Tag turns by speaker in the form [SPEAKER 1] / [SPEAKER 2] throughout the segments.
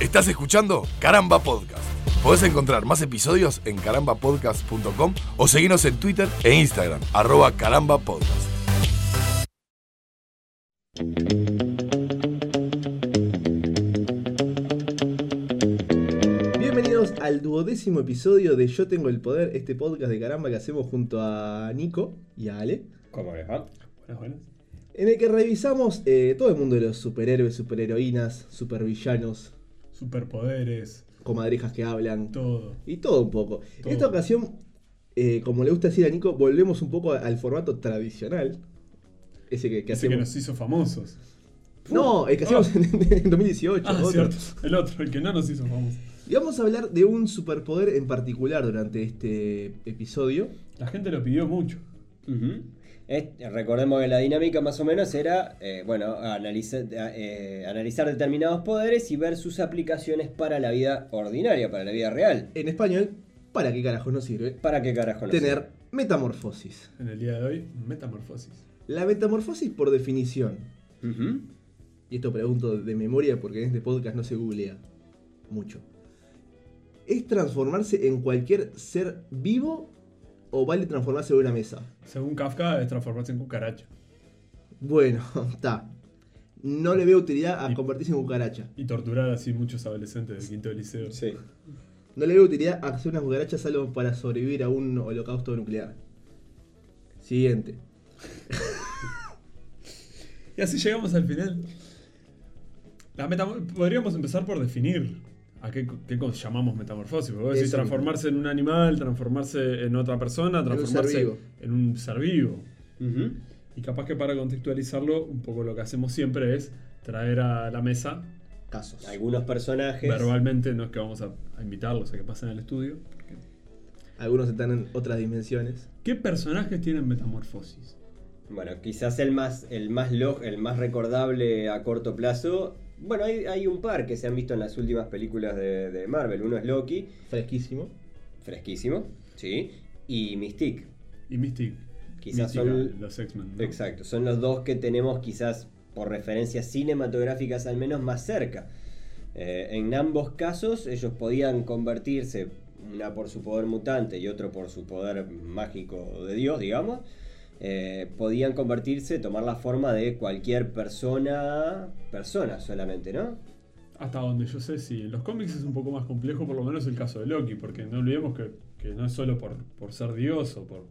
[SPEAKER 1] Estás escuchando Caramba Podcast. Podés encontrar más episodios en carambapodcast.com o seguirnos en Twitter e Instagram, arroba carambapodcast.
[SPEAKER 2] Bienvenidos al duodécimo episodio de Yo Tengo el Poder, este podcast de caramba que hacemos junto a Nico y a Ale,
[SPEAKER 3] ¿Cómo que va? Buenas, buenas.
[SPEAKER 2] en el que revisamos eh, todo el mundo de los superhéroes, superheroínas, supervillanos,
[SPEAKER 3] Superpoderes,
[SPEAKER 2] comadrejas que hablan,
[SPEAKER 3] todo.
[SPEAKER 2] y todo un poco. En
[SPEAKER 3] Todo.
[SPEAKER 2] esta ocasión, eh, como le gusta decir a Nico, volvemos un poco al formato tradicional, ese que, que
[SPEAKER 3] Ese que
[SPEAKER 2] hacemos...
[SPEAKER 3] nos hizo famosos.
[SPEAKER 2] No, el que hacíamos en, 2018.
[SPEAKER 3] Ah,
[SPEAKER 2] otro.
[SPEAKER 3] cierto. El otro, el que no nos hizo famosos.
[SPEAKER 2] Y vamos a hablar de un superpoder en particular durante este episodio.
[SPEAKER 3] La gente lo pidió mucho.
[SPEAKER 4] Ujú. Es- recordemos que la dinámica más o menos era, eh, bueno, analiza- eh, analizar determinados poderes y ver sus aplicaciones para la vida ordinaria, para la vida real.
[SPEAKER 2] En español, ¿para qué carajo nos sirve?
[SPEAKER 4] ¿Para qué carajo no sé?
[SPEAKER 2] tener metamorfosis.
[SPEAKER 3] En el día de hoy, metamorfosis.
[SPEAKER 2] La metamorfosis por definición,
[SPEAKER 4] Ujú.
[SPEAKER 2] y esto pregunto de memoria porque en este podcast no se googlea mucho, ¿es transformarse en cualquier ser vivo o vale transformarse en una mesa?
[SPEAKER 3] Según Kafka, es transformarse en cucaracha.
[SPEAKER 2] Bueno, está. No le veo utilidad a
[SPEAKER 3] Y-
[SPEAKER 2] convertirse en cucaracha.
[SPEAKER 3] Y torturar así muchos adolescentes del quinto del liceo.
[SPEAKER 4] Sí.
[SPEAKER 2] No le veo utilidad a ser una cucaracha salvo para sobrevivir a un holocausto nuclear. Siguiente.
[SPEAKER 3] Y así llegamos al final. La metamor- Podríamos empezar por definir a qué, co- qué cos- llamamos metamorfosis. Porque vos decís
[SPEAKER 2] Eso.
[SPEAKER 3] transformarse en un animal, transformarse en otra persona,
[SPEAKER 2] un ser
[SPEAKER 3] transformarse
[SPEAKER 2] vivo.
[SPEAKER 3] en un ser vivo.
[SPEAKER 4] Ujú.
[SPEAKER 3] Y capaz que para contextualizarlo, un poco lo que hacemos siempre es traer a la mesa,
[SPEAKER 2] Casos.
[SPEAKER 4] Algunos personajes.
[SPEAKER 3] verbalmente, no es que vamos a, a invitarlos a que pasen al estudio.
[SPEAKER 2] Algunos están en otras dimensiones.
[SPEAKER 3] ¿Qué personajes tienen metamorfosis?
[SPEAKER 4] Bueno, quizás el más, el más log, el más recordable a corto plazo. Bueno, hay, hay un par que se han visto en las últimas películas de, de Marvel. Uno es Loki,
[SPEAKER 2] Fresquísimo.
[SPEAKER 4] fresquísimo, sí, y Mystique.
[SPEAKER 3] Y Mystic.
[SPEAKER 4] Quizás
[SPEAKER 3] Mística,
[SPEAKER 4] son-
[SPEAKER 3] los X-Men. ¿no?
[SPEAKER 4] Exacto, son los dos que tenemos quizás por referencias cinematográficas al menos más cerca. Eh, en ambos casos ellos podían convertirse, una por su poder mutante y otro por su poder mágico de Dios, digamos, eh, podían convertirse, tomar la forma de cualquier persona, persona solamente, ¿no?
[SPEAKER 3] Hasta donde yo sé, sí. En los cómics es un poco más complejo, por lo menos el caso de Loki, porque no olvidemos que, que no es solo por, por ser dios o por.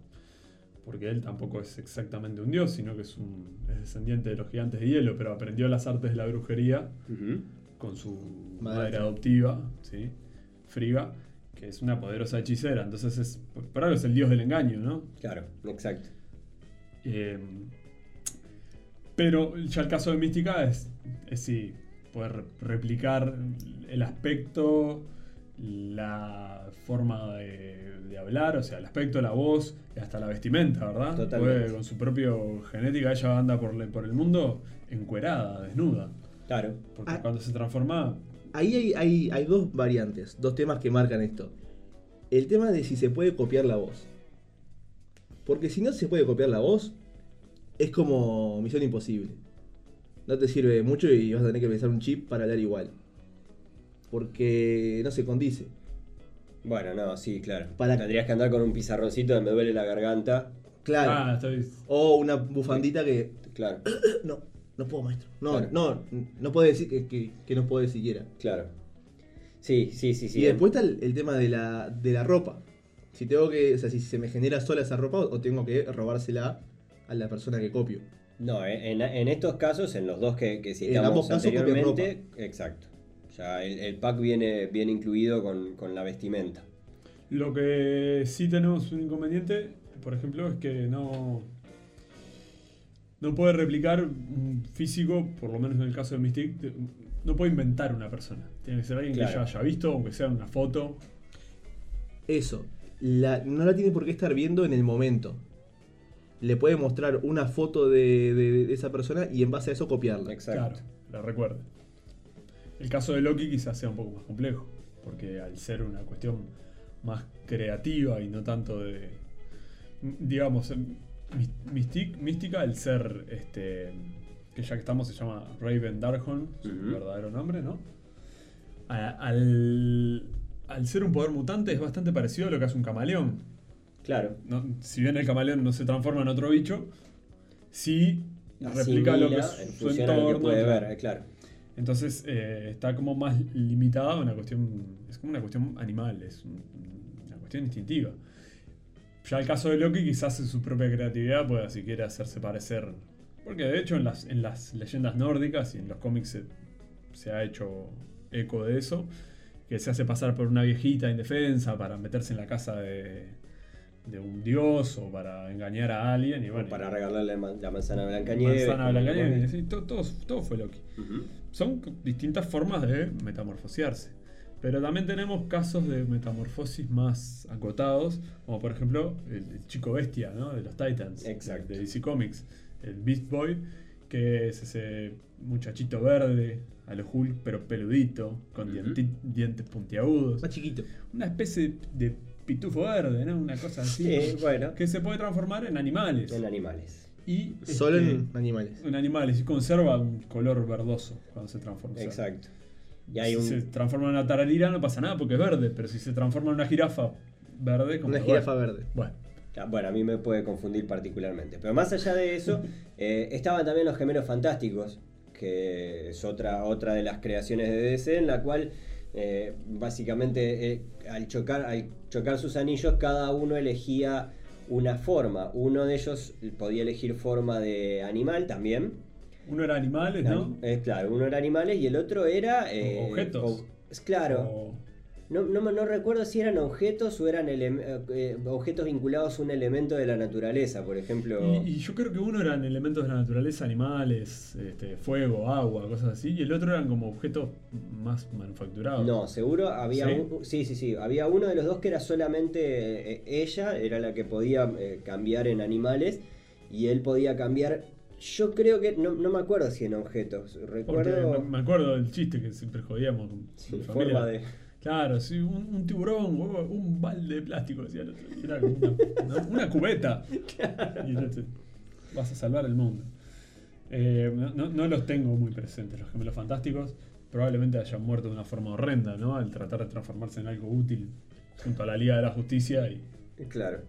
[SPEAKER 3] Porque él tampoco es exactamente un dios, sino que es, un, es descendiente de los gigantes de hielo, pero aprendió las artes de la brujería
[SPEAKER 4] Ujú.
[SPEAKER 3] con su
[SPEAKER 2] Madrastra.
[SPEAKER 3] madre adoptiva, ¿sí? Friga, que es una poderosa hechicera. Entonces, es, por- por algo es el dios del engaño, ¿no?
[SPEAKER 4] Claro, exacto.
[SPEAKER 3] Eh, pero ya el caso de Mística es, es sí, poder re- replicar el aspecto, la forma de, de hablar, o sea, el aspecto, la voz, y hasta la vestimenta, ¿verdad?
[SPEAKER 4] Totalmente.
[SPEAKER 3] Puede, con su propia genética, ella anda por, le- por el mundo encuerada, desnuda.
[SPEAKER 4] Claro.
[SPEAKER 3] Porque
[SPEAKER 2] Ah.
[SPEAKER 3] cuando se transforma,
[SPEAKER 2] Ahí hay, hay- hay dos variantes, dos temas que marcan esto. El tema de si se puede copiar la voz. Porque si no se puede copiar la voz, es como misión imposible. No te sirve mucho y vas a tener que pensar un chip para hablar igual. Porque no se condice.
[SPEAKER 4] Bueno, no, sí, claro.
[SPEAKER 2] Para-
[SPEAKER 4] Tendrías que andar con un pizarroncito de me duele la garganta.
[SPEAKER 2] Claro.
[SPEAKER 3] ah, estoy-
[SPEAKER 2] O una bufandita que...
[SPEAKER 4] Claro,
[SPEAKER 2] No, no puedo, maestro. No,
[SPEAKER 4] Claro.
[SPEAKER 2] no, no puedo decir que, que- que no puedo siquiera.
[SPEAKER 4] claro. Sí, sí, sí, sí.
[SPEAKER 2] Y después está el, el tema de la, de la ropa. Si tengo que. O sea, si se me genera sola esa ropa o o tengo que robársela a la persona que copio.
[SPEAKER 4] No, eh, en, en estos casos, en los dos que, que citamos
[SPEAKER 2] ambos casos copian
[SPEAKER 4] anteriormente, exacto. Ya el, el pack viene, viene incluido con, con la vestimenta.
[SPEAKER 3] Lo que sí tenemos un inconveniente, por ejemplo, es que no. No puede replicar un físico, por lo menos en el caso de Mystic, te- no puede inventar una persona. Tiene que ser alguien que ya
[SPEAKER 4] Claro.
[SPEAKER 3] haya visto, aunque sea en una foto.
[SPEAKER 2] Eso. La- no la tiene por qué estar viendo en el momento. Le puede mostrar una foto de, de- de esa persona y en base a eso copiarla.
[SPEAKER 4] Exacto.
[SPEAKER 3] Claro, la recuerde. El caso de Loki quizás sea un poco más complejo, porque al ser una cuestión más creativa y no tanto de. digamos, em, mis- mistic- mística, el ser este. que ya que estamos se llama Raven Darhon, su
[SPEAKER 4] Ujú.
[SPEAKER 3] verdadero nombre, ¿no? a- al, al ser un poder mutante es bastante parecido a lo que hace un camaleón.
[SPEAKER 4] Claro.
[SPEAKER 3] No, si bien el camaleón no se transforma en otro bicho, sí replica lo que es
[SPEAKER 4] Asimila en
[SPEAKER 3] su
[SPEAKER 4] función a lo que
[SPEAKER 3] entorno.
[SPEAKER 4] puede ver, eh, claro.
[SPEAKER 3] Entonces eh, está como más limitada a una cuestión. Es como una cuestión animal, es un- una cuestión instintiva. Ya el caso de Loki, quizás en su propia creatividad pueda siquiera hacerse parecer. Porque de hecho en las, en las leyendas nórdicas y en los cómics se, se ha hecho eco de eso. Que se hace pasar por una viejita indefensa para meterse en la casa de, de un dios o para engañar a alguien. Y bueno,
[SPEAKER 4] Para regalarle man- la manzana blanca nieve.
[SPEAKER 3] manzana blanca nieve. sí, todo- todo- todo fue Loki
[SPEAKER 4] Ujú.
[SPEAKER 3] son c- distintas formas de metamorfosearse. Pero también tenemos casos de metamorfosis más acotados, como por ejemplo el, el chico bestia ¿no? de los Titans,
[SPEAKER 4] Exacto.
[SPEAKER 3] de DC Comics, el Beast Boy, que es ese muchachito verde, a lo Hulk, pero peludito, con
[SPEAKER 4] Ujú.
[SPEAKER 3] dienti- dientes puntiagudos.
[SPEAKER 2] Más chiquito.
[SPEAKER 3] Una especie de pitufo verde, ¿no? una cosa así.
[SPEAKER 4] Sí, bueno.
[SPEAKER 3] Que se puede transformar en animales.
[SPEAKER 4] En animales.
[SPEAKER 3] Y,
[SPEAKER 2] Solo
[SPEAKER 3] este,
[SPEAKER 2] en animales.
[SPEAKER 3] en animales y conserva un color verdoso cuando se transforma. O sea,
[SPEAKER 4] Exacto. Y hay
[SPEAKER 3] si
[SPEAKER 4] un.
[SPEAKER 3] se transforma en una tararira no pasa nada porque es verde, pero si se transforma en una jirafa verde, como
[SPEAKER 2] Una
[SPEAKER 3] que,
[SPEAKER 2] jirafa
[SPEAKER 3] bueno,
[SPEAKER 2] verde.
[SPEAKER 3] Bueno,
[SPEAKER 4] Ah, Bueno, a mí me puede confundir particularmente. Pero más allá de eso, eh, estaban también los gemelos fantásticos, que es otra, otra de las creaciones de DC, en la cual eh, básicamente eh, al, chocar, al chocar sus anillos, cada uno elegía una forma. Uno de ellos podía elegir forma de animal también.
[SPEAKER 3] uno era animales, ¿no?
[SPEAKER 4] Eh, claro, uno era animales y el otro era. eh,
[SPEAKER 3] objetos. Oh.
[SPEAKER 4] ob- claro.
[SPEAKER 3] O-
[SPEAKER 4] No, no, me- no recuerdo si eran objetos o eran elem- eh, eh, objetos vinculados a un elemento de la naturaleza, por ejemplo.
[SPEAKER 3] y, y yo creo que uno eran elementos de la naturaleza, animales, este, fuego, agua, cosas así, y el otro eran como objetos más manufacturados.
[SPEAKER 4] No, seguro había
[SPEAKER 3] ¿Sí?
[SPEAKER 4] un- sí, sí, sí, había uno de los dos que era solamente eh, ella, era la que podía eh, cambiar en animales y él podía cambiar. Yo creo que no, no me acuerdo si en objetos,
[SPEAKER 3] Porque
[SPEAKER 4] recuerdo
[SPEAKER 3] me, me acuerdo del chiste que siempre jodíamos con
[SPEAKER 4] Sí,
[SPEAKER 3] mi
[SPEAKER 4] forma
[SPEAKER 3] familia.
[SPEAKER 4] de-
[SPEAKER 3] Claro, sí, un, un tiburón, huevo, un balde de plástico, decía el otro. Era como una, una- una cubeta. Y el otro, vas a salvar el mundo. Eh, no, no- no los tengo muy presentes, los gemelos fantásticos. Probablemente hayan muerto de una forma horrenda, ¿no? Al tratar de transformarse en algo útil junto a la Liga de la Justicia y
[SPEAKER 4] claro.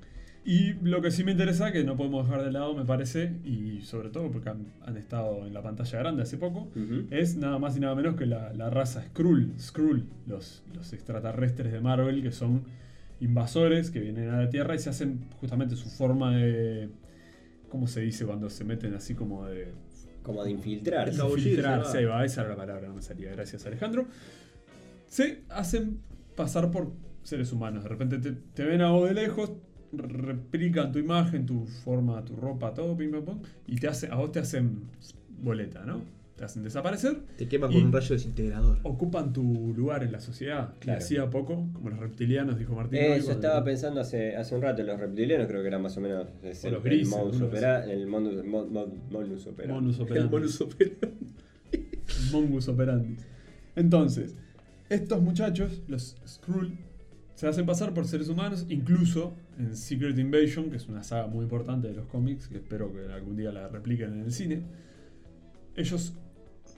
[SPEAKER 3] y lo que sí me interesa, que no podemos dejar de lado, me parece, y sobre todo porque han, han estado en la pantalla grande hace poco,
[SPEAKER 4] Ujú.
[SPEAKER 3] es nada más y nada menos que la, la raza Skrull, Skrull los, los extraterrestres de Marvel, que son invasores que vienen a la Tierra y se hacen justamente su forma de... ¿Cómo se dice cuando se meten así como de...
[SPEAKER 4] Como de infiltrarse.
[SPEAKER 2] Cabo- Escabullirse,
[SPEAKER 3] Infiltrarse,
[SPEAKER 2] ¿no?
[SPEAKER 3] ahí va, esa era la palabra, no me salía. Gracias, Alejandro. Se hacen pasar por seres humanos. De repente te, te ven a vos de lejos, replican tu imagen, tu forma, tu ropa, todo, pim, pam, pam, y te hace, a vos te hacen boleta, ¿no? Te hacen desaparecer,
[SPEAKER 2] Te quema
[SPEAKER 3] Y- Oh.
[SPEAKER 2] con un rayo desintegrador.
[SPEAKER 3] ocupan tu lugar en la sociedad. Que
[SPEAKER 4] Claro.
[SPEAKER 3] hacía poco, como los reptilianos, dijo Martín. hoy,
[SPEAKER 4] Eso
[SPEAKER 3] cuando-
[SPEAKER 4] Eh, estaba pensando hace, hace un rato, los reptilianos creo que eran más o menos es
[SPEAKER 3] O
[SPEAKER 4] el,
[SPEAKER 3] los grises,
[SPEAKER 4] el modus
[SPEAKER 3] algunos.
[SPEAKER 4] opera- el modus- mod- mod- modus operandi.
[SPEAKER 3] Modus operandi.
[SPEAKER 2] El bonus opera.
[SPEAKER 3] Mongus operandi. Entonces, estos muchachos, los Skrull, se hacen pasar por seres humanos, incluso en Secret Invasion, que es una saga muy importante de los cómics, que espero que algún día la repliquen en el cine. Ellos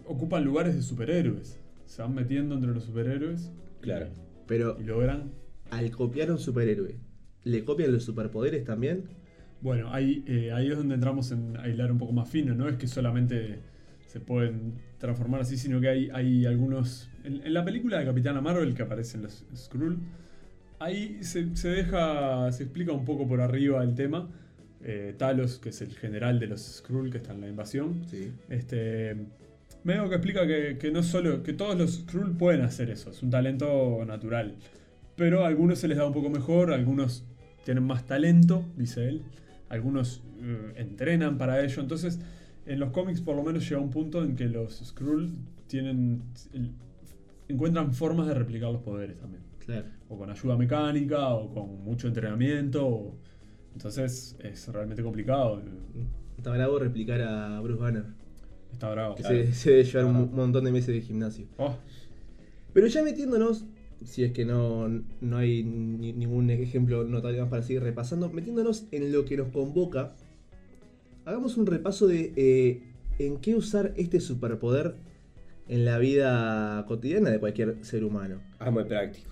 [SPEAKER 3] ocupan lugares de superhéroes. Se van metiendo entre los superhéroes. y-
[SPEAKER 4] Claro.
[SPEAKER 2] Pero
[SPEAKER 3] Y logran.
[SPEAKER 2] al copiar a un superhéroe, ¿le copian los superpoderes también?
[SPEAKER 3] Bueno, ahí, eh, ahí es donde entramos en a hilar un poco más fino, ¿no? Es que solamente se pueden transformar así, sino que hay, hay algunos. En, en la película de Capitana Marvel que aparecen los Skrull, ahí se, se deja. se explica un poco por arriba el tema. Eh, Talos, que es el general de los Skrull que está en la invasión,
[SPEAKER 2] Sí.
[SPEAKER 3] este, medio que explica que, que no solo, que todos los Skrull pueden hacer eso, es un talento natural. Pero a algunos se les da un poco mejor, algunos tienen más talento, dice él, algunos eh, entrenan para ello. Entonces, en los cómics por lo menos llega un punto en que los Skrull tienen, el- encuentran formas de replicar los poderes también
[SPEAKER 2] Claro.
[SPEAKER 3] o con ayuda mecánica o con mucho entrenamiento. o- entonces es realmente complicado.
[SPEAKER 2] Está bravo replicar a Bruce Banner.
[SPEAKER 3] Está bravo.
[SPEAKER 2] Que
[SPEAKER 3] Claro.
[SPEAKER 2] se, se debe llevar
[SPEAKER 3] Claro.
[SPEAKER 2] un montón de meses de gimnasio.
[SPEAKER 3] Oh,
[SPEAKER 2] Pero ya metiéndonos, si es que no, no hay ni- ningún ejemplo notable más para seguir repasando, metiéndonos en lo que nos convoca, hagamos un repaso de eh, en qué usar este superpoder en la vida cotidiana de cualquier ser humano.
[SPEAKER 4] Ah, muy práctico.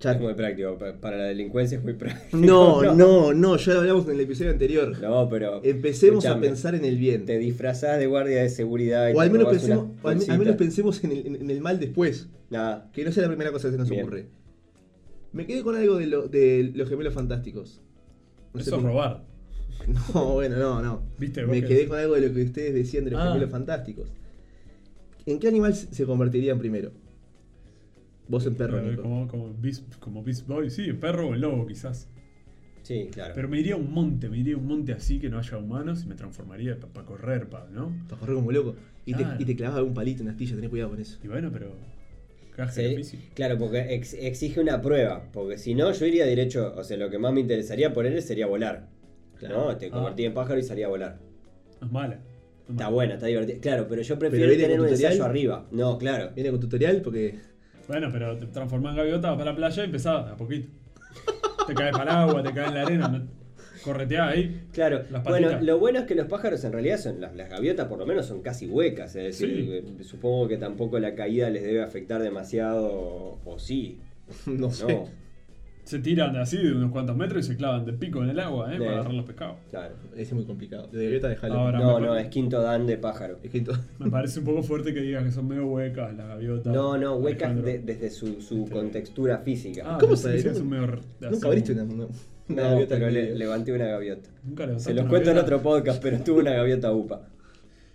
[SPEAKER 2] Ya-
[SPEAKER 4] Es muy práctico. pa- Para la delincuencia es muy práctico.
[SPEAKER 2] no, no, no, ya lo hablamos en el episodio anterior.
[SPEAKER 4] No, pero.
[SPEAKER 2] Empecemos
[SPEAKER 4] escuchame,
[SPEAKER 2] a pensar en el bien.
[SPEAKER 4] Te disfrazás de guardia de seguridad y
[SPEAKER 2] O al
[SPEAKER 4] te
[SPEAKER 2] menos
[SPEAKER 4] robás
[SPEAKER 2] pensemos, o
[SPEAKER 4] unas
[SPEAKER 2] al me- al
[SPEAKER 4] bolsitas.
[SPEAKER 2] menos pensemos en el, en- en el mal después.
[SPEAKER 4] Nada.
[SPEAKER 2] Que no sea la primera cosa que se nos
[SPEAKER 4] Bien.
[SPEAKER 2] ocurre. Me quedé con algo de, lo- de los gemelos fantásticos. No sé
[SPEAKER 3] Eso es
[SPEAKER 2] por-
[SPEAKER 3] robar.
[SPEAKER 2] No, bueno, no, no.
[SPEAKER 3] ¿Viste?
[SPEAKER 2] Me
[SPEAKER 3] Vos
[SPEAKER 2] quedé
[SPEAKER 3] que-
[SPEAKER 2] con algo de lo que ustedes decían de los
[SPEAKER 3] Ah.
[SPEAKER 2] gemelos fantásticos. ¿En qué animal se se convertirían primero? Vos en perro,
[SPEAKER 3] eh,
[SPEAKER 2] Nico.
[SPEAKER 3] Como, como, Beast, como Beast Boy, sí, perro o el lobo quizás.
[SPEAKER 4] Sí, claro.
[SPEAKER 3] Pero me iría a un monte, me iría a un monte así que no haya humanos y me transformaría para correr, pa, ¿no?
[SPEAKER 2] Para correr como loco. Y te,
[SPEAKER 3] Claro.
[SPEAKER 2] y te clavaba un palito, una astilla, tenés cuidado con eso.
[SPEAKER 3] Y bueno, pero. Caja
[SPEAKER 4] Sí,
[SPEAKER 3] de difícil.
[SPEAKER 4] claro, porque ex- exige una prueba. Porque si no, yo iría derecho. O sea, lo que más me interesaría ponerle sería volar.
[SPEAKER 2] Claro. Ah.
[SPEAKER 4] ¿No? Te convertí en pájaro y salía a volar.
[SPEAKER 3] Es mala. Es
[SPEAKER 4] Está
[SPEAKER 3] mala.
[SPEAKER 4] buena, está divertida. Claro, pero yo prefiero
[SPEAKER 2] viene
[SPEAKER 4] tener
[SPEAKER 2] con
[SPEAKER 4] un
[SPEAKER 2] tutorial.
[SPEAKER 4] ensayo arriba. No, claro.
[SPEAKER 2] Viene con tutorial porque.
[SPEAKER 3] Bueno, pero te transformás en gaviota, vas para la playa y empezás de a poquito. te caes para agua, te caes en la arena, no- correteás ahí.
[SPEAKER 4] Claro,
[SPEAKER 3] Las
[SPEAKER 4] bueno,
[SPEAKER 3] patitas.
[SPEAKER 4] lo bueno es que los pájaros en realidad son, las, las gaviotas por lo menos son casi huecas, es decir, eh, supongo que tampoco la caída les debe afectar demasiado, o, o sí,
[SPEAKER 2] No sé.
[SPEAKER 4] no,
[SPEAKER 3] Se tiran así de unos cuantos metros y se clavan de pico en el agua, ¿eh?
[SPEAKER 4] Eh.
[SPEAKER 3] Para agarrar los pescados.
[SPEAKER 4] claro.
[SPEAKER 2] Es muy complicado. Lo de Violeta dejalo.
[SPEAKER 3] Ahora.
[SPEAKER 4] No,
[SPEAKER 3] mejor-
[SPEAKER 4] no, es quinto dan de pájaro.
[SPEAKER 2] Es que entonces-
[SPEAKER 3] Me parece un poco fuerte que digas que son medio huecas las gaviotas.
[SPEAKER 4] No, no, huecas
[SPEAKER 3] Alejandro.
[SPEAKER 4] de- desde su, su
[SPEAKER 3] Este-
[SPEAKER 4] contextura física.
[SPEAKER 3] Ah,
[SPEAKER 2] ¿Cómo
[SPEAKER 3] ¿Cómo
[SPEAKER 2] se-
[SPEAKER 3] se dice? Son medio. r- así
[SPEAKER 2] Nunca abriste una,
[SPEAKER 3] como-
[SPEAKER 2] una, una
[SPEAKER 4] No,
[SPEAKER 2] gaviota
[SPEAKER 4] pero
[SPEAKER 2] en
[SPEAKER 4] le-
[SPEAKER 2] medio.
[SPEAKER 4] levanté una gaviota.
[SPEAKER 3] Nunca levantaste
[SPEAKER 4] Se los
[SPEAKER 3] una
[SPEAKER 4] cuento en
[SPEAKER 3] gaviota.
[SPEAKER 4] otro podcast, pero tuve una gaviota upa.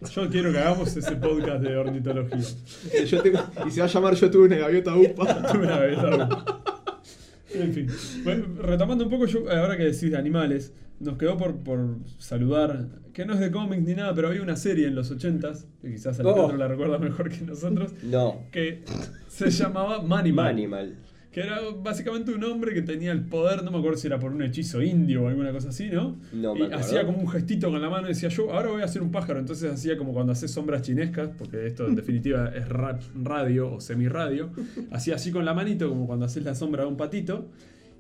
[SPEAKER 3] Yo quiero que hagamos ese podcast de ornitología.
[SPEAKER 2] Yo tengo- y se va a llamar Yo tuve una gaviota upa.
[SPEAKER 3] Tuve una gaviota. En fin. Bueno, retomando un poco, yo, eh, ahora que decís de animales, nos quedó por, por saludar, que no es de cómics ni nada, pero había una serie en los 80s, que quizás Alejandro
[SPEAKER 4] Oh.
[SPEAKER 3] la recuerda mejor que nosotros,
[SPEAKER 4] No,
[SPEAKER 3] que se llamaba Manimal.
[SPEAKER 4] Manimal.
[SPEAKER 3] Que era básicamente un hombre que tenía el poder, no me acuerdo si era por un hechizo indio o alguna cosa así, ¿no?
[SPEAKER 4] No me
[SPEAKER 3] y
[SPEAKER 4] acuerdo.
[SPEAKER 3] hacía como un gestito con la mano y decía, yo ahora voy a hacer un pájaro. Entonces hacía como cuando haces sombras chinescas, porque esto en definitiva es ra- radio o semirradio. Hacía así con la manito, como cuando haces la sombra de un patito.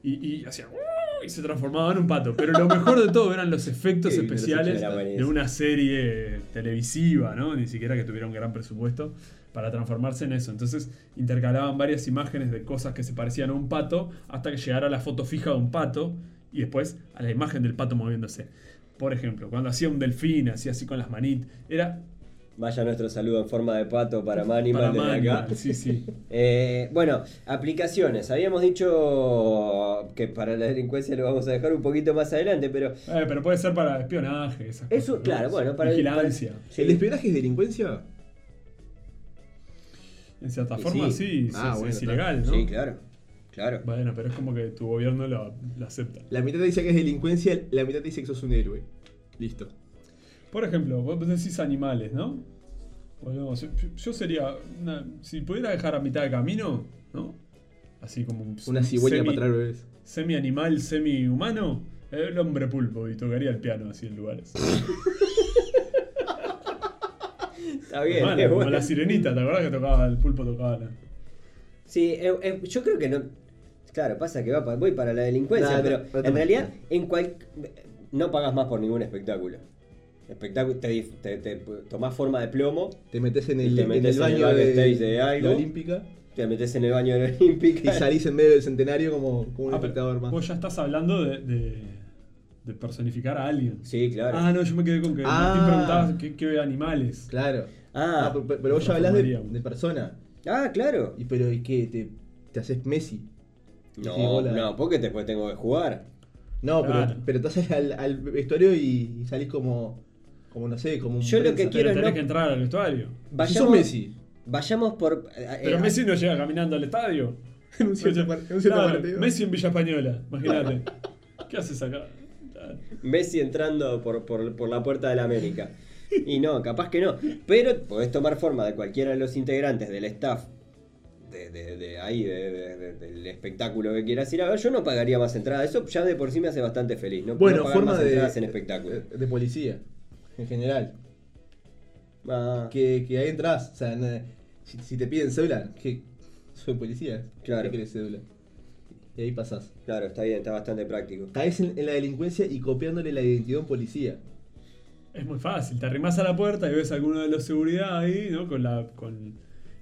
[SPEAKER 3] Y, y hacía... "Uh", Y se transformaba en un pato. Pero lo mejor de todo eran los efectos
[SPEAKER 2] Qué bien,
[SPEAKER 3] especiales
[SPEAKER 4] los 80s.
[SPEAKER 3] de una serie televisiva, ¿no? Ni siquiera que tuviera un gran presupuesto para transformarse en eso. Entonces intercalaban varias imágenes de cosas que se parecían a un pato hasta que llegara la foto fija de un pato y después a la imagen del pato moviéndose. Por ejemplo, cuando hacía un delfín, hacía así con las manitas, era
[SPEAKER 4] Vaya nuestro saludo en forma de pato para Manimal
[SPEAKER 3] para
[SPEAKER 4] desde acá.
[SPEAKER 3] Manimal, sí, sí.
[SPEAKER 4] Eh, bueno, aplicaciones. Habíamos dicho que para la delincuencia lo vamos a dejar un poquito más adelante, pero
[SPEAKER 3] Eh, pero puede ser para espionaje, esas cosas.
[SPEAKER 4] eso,
[SPEAKER 3] ¿no?
[SPEAKER 4] claro, bueno, para
[SPEAKER 3] vigilancia.
[SPEAKER 4] para-
[SPEAKER 2] ¿El espionaje es delincuencia?
[SPEAKER 3] En cierta
[SPEAKER 4] Y
[SPEAKER 3] forma
[SPEAKER 4] sí.
[SPEAKER 3] sí,
[SPEAKER 2] Ah,
[SPEAKER 3] sí,
[SPEAKER 2] bueno,
[SPEAKER 3] es
[SPEAKER 2] está.
[SPEAKER 3] ilegal, ¿no?
[SPEAKER 4] Sí, claro, claro.
[SPEAKER 3] Bueno, pero es como que tu gobierno lo, lo acepta.
[SPEAKER 2] La mitad te dice que es delincuencia, la mitad te dice que sos un héroe. Listo.
[SPEAKER 3] Por ejemplo, vos decís animales, ¿no? Volvemos. Yo, yo sería. una- si pudiera dejar a mitad de camino, ¿no? Así como un.
[SPEAKER 2] Una cigüeña
[SPEAKER 3] semi,
[SPEAKER 2] para traer bebés.
[SPEAKER 3] Semi-animal, semi-humano. El hombre pulpo y tocaría el piano así en lugares.
[SPEAKER 4] Está bien,
[SPEAKER 3] Bueno,
[SPEAKER 4] es
[SPEAKER 3] como
[SPEAKER 4] bueno.
[SPEAKER 3] la sirenita, ¿te acordás que tocaba el pulpo tocaba la.
[SPEAKER 4] Sí, eh, eh, yo creo que no. Claro, pasa que va pa- voy para la delincuencia,
[SPEAKER 2] No, no,
[SPEAKER 4] pero
[SPEAKER 2] no te-
[SPEAKER 4] en realidad en cual no pagas más por ningún espectáculo. Espectáculo, te, dif- te- te tomás forma de plomo,
[SPEAKER 2] Te metes en
[SPEAKER 4] Y
[SPEAKER 2] el,
[SPEAKER 4] te
[SPEAKER 2] en
[SPEAKER 4] metés
[SPEAKER 2] el
[SPEAKER 4] en el
[SPEAKER 2] baño de,
[SPEAKER 4] backstage de algo.
[SPEAKER 2] la Olímpica
[SPEAKER 4] te metes en el baño de la
[SPEAKER 2] y
[SPEAKER 4] Olímpica.
[SPEAKER 2] salís en medio del centenario como, como un
[SPEAKER 3] Ah, pero
[SPEAKER 2] espectador más.
[SPEAKER 3] Vos ya estás hablando de, de, de personificar a alguien.
[SPEAKER 4] Sí, claro.
[SPEAKER 3] Ah, no, yo me quedé con que Martín
[SPEAKER 2] Ah.
[SPEAKER 3] preguntaba qué, qué animales.
[SPEAKER 2] Claro. Ah,
[SPEAKER 4] Ah.
[SPEAKER 2] pero, pero vos ya hablás de,
[SPEAKER 3] Transformaría.
[SPEAKER 2] de persona.
[SPEAKER 4] Ah, claro.
[SPEAKER 2] Y pero ¿y qué? ¿Te, te haces Messi? Sí,
[SPEAKER 4] No,
[SPEAKER 2] hola.
[SPEAKER 4] no, porque después tengo que jugar.
[SPEAKER 2] No,
[SPEAKER 3] Claro.
[SPEAKER 2] pero, pero te haces al, al vestuario y, y salís como, como no sé, como un
[SPEAKER 4] Yo lo que
[SPEAKER 2] prensa.
[SPEAKER 4] quiero-
[SPEAKER 3] Pero
[SPEAKER 4] no-
[SPEAKER 3] tenés que entrar al vestuario.
[SPEAKER 2] Si sos Messi.
[SPEAKER 4] Vayamos por. eh,
[SPEAKER 3] Pero
[SPEAKER 4] eh,
[SPEAKER 3] Messi no llega caminando al estadio.
[SPEAKER 2] En un cierto
[SPEAKER 3] Oye,
[SPEAKER 2] par- en un cierto
[SPEAKER 3] claro,
[SPEAKER 2] partido.
[SPEAKER 3] Messi en Villa Española, imagínate. ¿Qué haces acá? Claro.
[SPEAKER 4] Messi entrando por, por- por la puerta de la América. Y no, capaz que no. Pero podés tomar forma de cualquiera de los integrantes del staff. De, de- de ahí, de- de- de- del espectáculo que quieras ir a ver, yo no pagaría más entradas. Eso ya de por sí me hace bastante feliz. No,
[SPEAKER 2] Bueno,
[SPEAKER 4] no pagar
[SPEAKER 2] forma
[SPEAKER 4] más
[SPEAKER 2] de,
[SPEAKER 4] entradas en espectáculo.
[SPEAKER 2] de policía, en general.
[SPEAKER 4] Ah,
[SPEAKER 2] Que, que ahí entras, o sea, na- si, si te piden cédula, que soy policía,
[SPEAKER 4] Claro.
[SPEAKER 2] ¿qué querés cédula? Y ahí pasás.
[SPEAKER 4] claro, está bien, está bastante práctico.
[SPEAKER 2] Caes en, en la delincuencia y copiándole la identidad a un policía.
[SPEAKER 3] Es muy fácil, te arrimas a la puerta y ves a alguno de los seguridad ahí, ¿no? Con la, con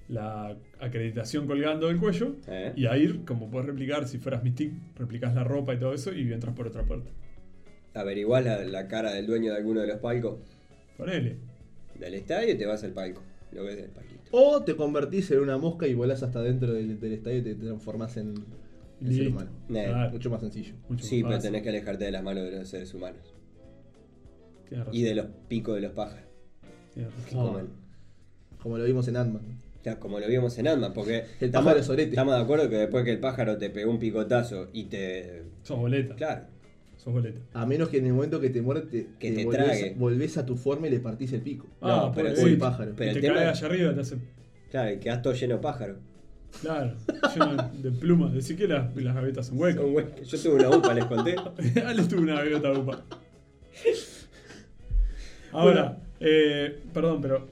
[SPEAKER 3] la acreditación colgando del cuello.
[SPEAKER 4] ¿Eh?
[SPEAKER 3] Y ahí, como puedes replicar, si fueras Mystic, replicas la ropa y todo eso y entras por otra puerta.
[SPEAKER 4] Averiguás la, la cara del dueño de alguno de los palcos
[SPEAKER 3] Ponele.
[SPEAKER 4] del estadio y te vas al palco. Lo ves del palquito.
[SPEAKER 2] O te convertís en una mosca y volás hasta dentro del, del estadio y te transformás en, en ser
[SPEAKER 3] Listo.
[SPEAKER 2] humano.
[SPEAKER 4] Nah,
[SPEAKER 3] Claro.
[SPEAKER 2] Mucho más sencillo.
[SPEAKER 3] Mucho
[SPEAKER 4] Sí,
[SPEAKER 3] más
[SPEAKER 4] pero
[SPEAKER 3] fácil.
[SPEAKER 4] tenés que alejarte de las manos de los seres humanos.
[SPEAKER 3] Tienes razón,
[SPEAKER 4] Y de los picos de los pájaros.
[SPEAKER 3] tienes razón.
[SPEAKER 4] Que comen.
[SPEAKER 2] Como lo vimos en Ant-Man.
[SPEAKER 4] Ya, como lo vimos en Ant-Man, porque
[SPEAKER 2] El
[SPEAKER 4] estamos-
[SPEAKER 2] pájaro es sorete.
[SPEAKER 4] estamos de acuerdo que después que el pájaro te pegó un picotazo y te.
[SPEAKER 3] Sos boleta.
[SPEAKER 4] Claro,
[SPEAKER 3] Sos boleta.
[SPEAKER 2] A menos que en el momento que te muerde, te,
[SPEAKER 4] Que te
[SPEAKER 2] volvés,
[SPEAKER 4] trague.
[SPEAKER 2] volvés a tu forma y le partís el pico.
[SPEAKER 4] No,
[SPEAKER 3] ah,
[SPEAKER 4] pero
[SPEAKER 3] pero
[SPEAKER 2] o el
[SPEAKER 4] sí.
[SPEAKER 2] pájaro.
[SPEAKER 4] Pero el
[SPEAKER 3] y te
[SPEAKER 4] tema
[SPEAKER 3] cae
[SPEAKER 4] es-
[SPEAKER 3] allá arriba, te hace.
[SPEAKER 4] claro, y quedás todo lleno de pájaro.
[SPEAKER 3] Claro, lleno de plumas. Decir que las, las gavetas son huecas.
[SPEAKER 4] Son hue- Yo tuve una upa, les conté.
[SPEAKER 3] Ale tuvo una gaveta upa. Ahora, eh, perdón, pero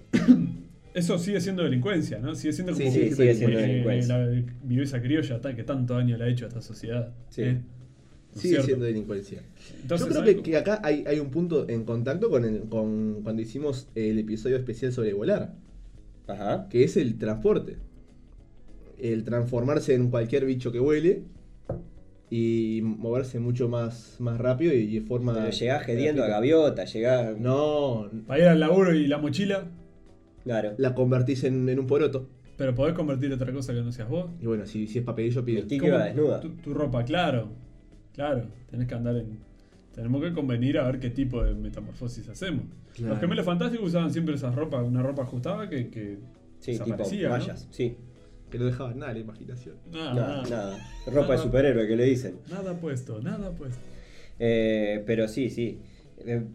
[SPEAKER 3] eso sigue siendo delincuencia, ¿no? Sigue siendo como
[SPEAKER 2] Sí, sí, sigue
[SPEAKER 4] siendo
[SPEAKER 3] eh,
[SPEAKER 4] delincuencia.
[SPEAKER 3] la viveza criolla ta- que tanto daño le ha hecho a esta sociedad.
[SPEAKER 4] Sí.
[SPEAKER 3] ¿eh? ¿No es
[SPEAKER 2] Sigue
[SPEAKER 3] cierto?
[SPEAKER 2] siendo delincuencia.
[SPEAKER 3] Entonces,
[SPEAKER 2] Yo creo que,
[SPEAKER 3] algo-
[SPEAKER 2] que acá hay, hay un punto en contacto con, el- con cuando hicimos el episodio especial sobre volar,
[SPEAKER 3] Ah,
[SPEAKER 4] Ajá.
[SPEAKER 2] que es el transporte. El transformarse en cualquier bicho que huele y moverse mucho más, más rápido y de forma...
[SPEAKER 4] Pero llegás gediendo a
[SPEAKER 2] gratuita.
[SPEAKER 4] gaviota, llegás.
[SPEAKER 2] No,
[SPEAKER 3] para ir al laburo y la mochila,
[SPEAKER 4] Claro.
[SPEAKER 2] la convertís en, en un poroto.
[SPEAKER 3] pero podés convertir otra cosa que no seas vos.
[SPEAKER 2] Y bueno, si, si es papelillo, pide.
[SPEAKER 4] Mystique
[SPEAKER 3] ¿Cómo?
[SPEAKER 4] iba desnuda.
[SPEAKER 3] Tu, tu ropa, claro. Claro, tenés que andar en. Tenemos que convenir a ver qué tipo de metamorfosis hacemos.
[SPEAKER 2] Claro.
[SPEAKER 3] Los gemelos fantásticos usaban siempre esas ropas, una ropa ajustada que, que
[SPEAKER 4] Sí, tipo
[SPEAKER 3] desaparecía, ¿no? Ah,
[SPEAKER 4] vallas. Sí.
[SPEAKER 2] Que no dejaba nada a la imaginación.
[SPEAKER 3] Nada,
[SPEAKER 4] Nada,
[SPEAKER 3] nada,
[SPEAKER 4] nada. Ropa de
[SPEAKER 3] Nada.
[SPEAKER 4] superhéroe que le dicen.
[SPEAKER 3] Nada puesto, nada puesto.
[SPEAKER 4] Eh, pero sí, sí. Eh,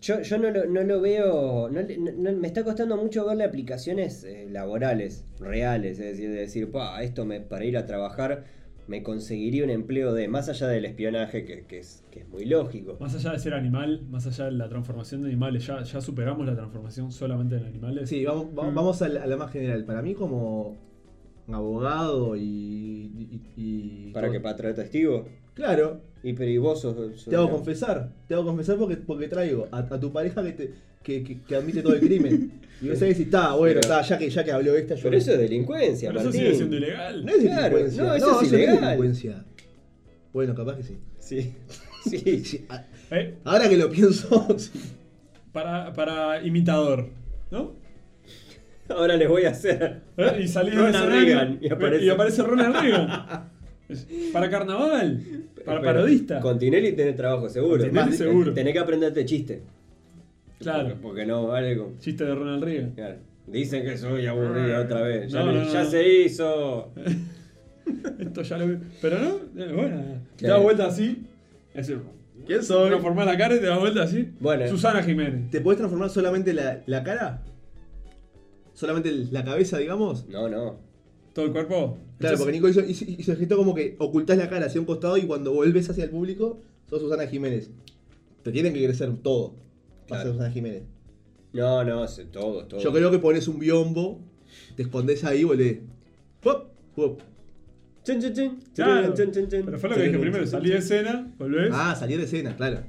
[SPEAKER 4] yo yo no, lo, no lo veo. no le- no- no- me está costando mucho verle aplicaciones eh, laborales, reales. Es decir, de decir, "Pa, esto me, para ir a trabajar me conseguiría un empleo de. Más allá del espionaje, que, que es, que es muy lógico.
[SPEAKER 3] Más allá de ser animal, más allá de la transformación de animales, ya, ya superamos la transformación solamente en animales.
[SPEAKER 2] Sí, vamos, va-
[SPEAKER 3] Mm.
[SPEAKER 2] vamos a, la, a la más general. Para mí, como abogado y. y- y-
[SPEAKER 4] Para
[SPEAKER 2] todo-
[SPEAKER 4] que para traer testigo.
[SPEAKER 2] Claro,
[SPEAKER 4] Y pero y vos sos. sos
[SPEAKER 2] te hago
[SPEAKER 4] una-
[SPEAKER 2] confesar. Te hago confesar porque, porque traigo a, a tu pareja que, te, que, que- que admite todo el crimen. y vos sabés si está, bueno,
[SPEAKER 4] Pero-
[SPEAKER 2] está, ya que, ya que habló esta, yo.
[SPEAKER 4] Pero eso es delincuencia,
[SPEAKER 3] Pero eso
[SPEAKER 4] Martín.
[SPEAKER 3] sigue siendo ilegal.
[SPEAKER 2] no es
[SPEAKER 4] Claro,
[SPEAKER 2] delincuencia.
[SPEAKER 4] no, eso es ilegal.
[SPEAKER 2] delincuencia. Bueno, capaz que sí.
[SPEAKER 4] Sí. sí.
[SPEAKER 2] Sí, a-
[SPEAKER 3] Eh,
[SPEAKER 2] Ahora que lo pienso, sí.
[SPEAKER 3] para, para imitador, ¿no?
[SPEAKER 4] Ahora les voy a hacer.
[SPEAKER 3] Eh, Y salir del
[SPEAKER 4] Ronald
[SPEAKER 3] escenario
[SPEAKER 4] Reagan, y
[SPEAKER 3] y
[SPEAKER 4] aparece-
[SPEAKER 3] aparece, Ronald Reagan. para carnaval, para
[SPEAKER 4] Pero
[SPEAKER 3] parodista.
[SPEAKER 4] Con Tinelli tenés trabajo seguro.
[SPEAKER 3] Con Tinelli
[SPEAKER 4] Más-
[SPEAKER 3] seguro.
[SPEAKER 4] Tenés que aprenderte chiste.
[SPEAKER 3] Claro.
[SPEAKER 4] Porque, porque no vale con.
[SPEAKER 3] Chiste de Ronald Reagan.
[SPEAKER 4] Claro. Dicen que soy aburrido otra vez. Ya,
[SPEAKER 3] Ah. No,
[SPEAKER 4] le-
[SPEAKER 3] no, no,
[SPEAKER 4] ya
[SPEAKER 3] no.
[SPEAKER 4] se hizo.
[SPEAKER 3] Esto ya lo vi. Pero no, eh, bueno, te
[SPEAKER 4] Claro.
[SPEAKER 3] das vuelta así. Es decir,
[SPEAKER 2] ¿quién soy?
[SPEAKER 3] transformás la cara y te das vuelta así.
[SPEAKER 4] Bueno.
[SPEAKER 3] Susana Jiménez.
[SPEAKER 2] ¿Te podés transformar solamente la, la cara? ¿Solamente la cabeza, digamos?
[SPEAKER 4] No, no.
[SPEAKER 3] Todo el cuerpo.
[SPEAKER 2] Claro,
[SPEAKER 3] Entonces,
[SPEAKER 2] porque Nico hizo, hizo, hizo el gesto como que ocultás la cara hacia un costado y cuando volvés hacia el público, sos Susana Jiménez. Te tienen que crecer todo. Para
[SPEAKER 4] Claro.
[SPEAKER 2] ser Susana Jiménez.
[SPEAKER 4] No, no, se- todo, todo.
[SPEAKER 2] Yo creo que pones un biombo, te escondés ahí y volvés. ¡Pop! ¡Pop!
[SPEAKER 4] Chin, chin, chin.
[SPEAKER 3] Claro.
[SPEAKER 4] Chin, chin, chin.
[SPEAKER 3] Pero fue lo que dije primero, salí de escena, volvés
[SPEAKER 2] Ah, salir de escena, claro.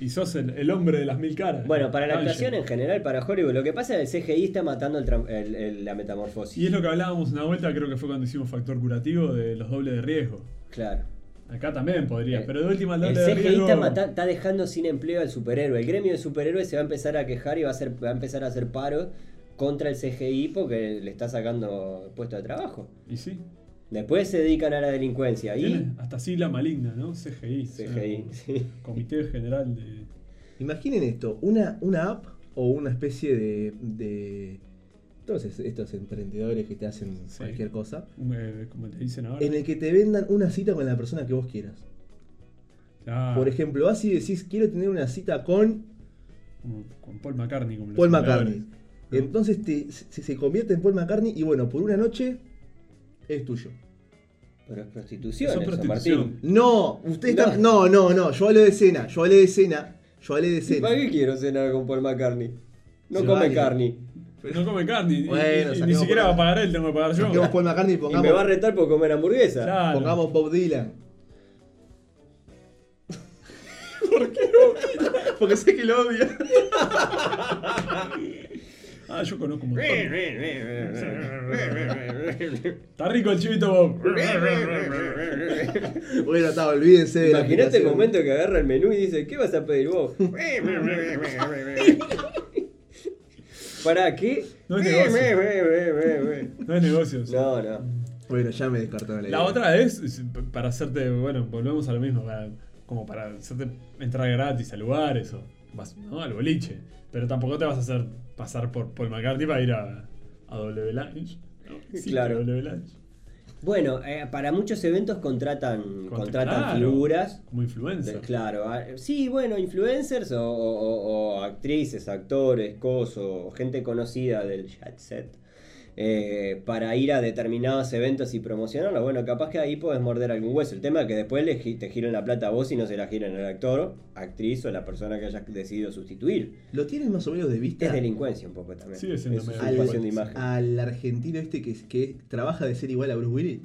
[SPEAKER 3] y sos el, el hombre de las mil caras.
[SPEAKER 4] Bueno, para la
[SPEAKER 3] Angel.
[SPEAKER 4] actuación en general, para Hollywood, lo que pasa es que el CGI está matando el tran- el- el- la metamorfosis.
[SPEAKER 3] Y es lo que hablábamos una vuelta, creo que fue cuando hicimos factor curativo de los dobles de riesgo.
[SPEAKER 4] Claro.
[SPEAKER 3] Acá también podría,
[SPEAKER 4] Eh,
[SPEAKER 3] pero de última el
[SPEAKER 4] El
[SPEAKER 3] doble de
[SPEAKER 4] CGI
[SPEAKER 3] riesgo.
[SPEAKER 4] está, mata- está dejando sin empleo al superhéroe. El gremio de superhéroes se va a empezar a quejar y va a, hacer- va a empezar a hacer paro contra el CGI porque le está sacando puesto de trabajo.
[SPEAKER 3] Y sí,
[SPEAKER 4] Después se dedican a la delincuencia. Y
[SPEAKER 3] tiene hasta sigla maligna, ¿no? CGI.
[SPEAKER 4] CGI.
[SPEAKER 3] o sea,
[SPEAKER 4] sí.
[SPEAKER 3] Ah, Comité General de.
[SPEAKER 2] Imaginen esto, una, una app o una especie de, de... Todos es- estos emprendedores que te hacen
[SPEAKER 3] Sí.
[SPEAKER 2] cualquier cosa,
[SPEAKER 3] eh, como le dicen ahora.
[SPEAKER 2] en el que te vendan una cita con la persona que vos quieras.
[SPEAKER 3] Claro,
[SPEAKER 2] Por ejemplo, vas y decís, quiero tener una cita con
[SPEAKER 3] como con Paul McCartney. Como los
[SPEAKER 2] Paul
[SPEAKER 3] fundadores.
[SPEAKER 2] McCartney. Entonces te- se, se convierte en Paul McCartney y bueno, por una noche es tuyo.
[SPEAKER 4] Pero es prostitución,
[SPEAKER 3] Eso
[SPEAKER 4] eso,
[SPEAKER 3] es prostitución.
[SPEAKER 4] Martín.
[SPEAKER 2] No, usted está... No, no, no, yo hablé de cena, yo hablé de cena, yo hablé de
[SPEAKER 4] ¿Y para
[SPEAKER 2] cena.
[SPEAKER 4] qué quiero cenar con Paul McCartney? No
[SPEAKER 2] Se
[SPEAKER 4] come
[SPEAKER 2] vale.
[SPEAKER 4] carne.
[SPEAKER 3] No come carne, y- y-
[SPEAKER 2] Bueno,
[SPEAKER 3] y ni
[SPEAKER 2] saquemos
[SPEAKER 3] siquiera
[SPEAKER 2] por-
[SPEAKER 3] va a pagar él, tengo que pagar yo.
[SPEAKER 2] Pongamos Paul McCartney y
[SPEAKER 4] Y me va a
[SPEAKER 2] pongamos,
[SPEAKER 4] retar por comer hamburguesa.
[SPEAKER 3] Claro.
[SPEAKER 2] pongamos Bob Dylan. Porque sé que lo odia.
[SPEAKER 3] Ah, yo conozco un montón. Está rico el chivito Bob.
[SPEAKER 2] Bueno, está, olvídense de la
[SPEAKER 4] Imagínate el
[SPEAKER 2] aplicación.
[SPEAKER 4] momento que agarra el menú y dice, ¿qué vas a pedir vos? ¿Para qué?
[SPEAKER 3] No es No hay negocios.
[SPEAKER 4] No, no.
[SPEAKER 2] Bueno, ya me descartaron
[SPEAKER 4] Eh,
[SPEAKER 2] la idea.
[SPEAKER 3] La otra es, es para hacerte, bueno, volvemos a lo mismo, para- como para hacerte entrar gratis a lugares o vas, ¿no? al boliche. Pero tampoco te vas a hacer pasar por Paul McCartney para ir a, a W Lounge. ¿no? Sí,
[SPEAKER 4] Claro.
[SPEAKER 3] W Lounge.
[SPEAKER 4] Bueno, eh, para muchos eventos contratan,
[SPEAKER 3] Contra-
[SPEAKER 4] contratan
[SPEAKER 3] claro,
[SPEAKER 4] figuras.
[SPEAKER 3] Como
[SPEAKER 4] De-
[SPEAKER 3] influencer.
[SPEAKER 4] claro, ah, sí, bueno, influencers o, o- o- o actrices, actores, coso, gente conocida del chat set. eh, para ir a determinados eventos y promocionarlos, bueno, capaz que ahí podés morder algún hueso. El tema es que después le gi- te giren la plata a vos y no se la giren al actor, actriz o la persona que hayas decidido sustituir.
[SPEAKER 2] ¿Lo tienes más o menos de vista
[SPEAKER 4] Es delincuencia un poco también.
[SPEAKER 3] Sigue siendo
[SPEAKER 4] Es
[SPEAKER 3] medio
[SPEAKER 4] usurpación de
[SPEAKER 3] delincuencia. Ah.
[SPEAKER 4] imagen.
[SPEAKER 2] al argentino este que, que trabaja de ser igual a Bruce Willis?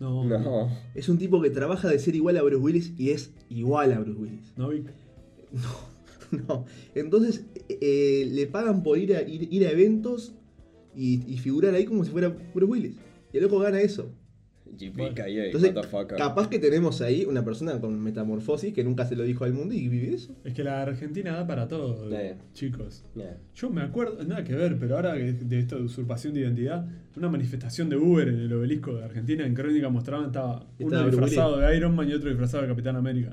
[SPEAKER 3] No, no.
[SPEAKER 4] No.
[SPEAKER 2] Es un tipo que trabaja de ser igual a Bruce Willis y es igual a Bruce Willis.
[SPEAKER 3] Vic?
[SPEAKER 2] No. Entonces eh, le pagan por ir a, ir, ir a eventos y, y figurar ahí como si fuera Bruce Willis. Y el loco gana eso.
[SPEAKER 4] JPKA,
[SPEAKER 2] Entonces,
[SPEAKER 4] motherfucker.
[SPEAKER 2] capaz que tenemos ahí una persona con metamorfosis que nunca se lo dijo al mundo y vive eso.
[SPEAKER 3] Es que la Argentina da para todo,
[SPEAKER 4] Sí.
[SPEAKER 3] chicos.
[SPEAKER 4] Yeah.
[SPEAKER 3] Yo me acuerdo, nada que ver, pero ahora que- de esta usurpación de identidad, una manifestación de Uber en el obelisco de Argentina, en Crónica mostraban, estaba uno
[SPEAKER 2] Bruce
[SPEAKER 3] disfrazado de Iron Man y otro disfrazado de Capitán América.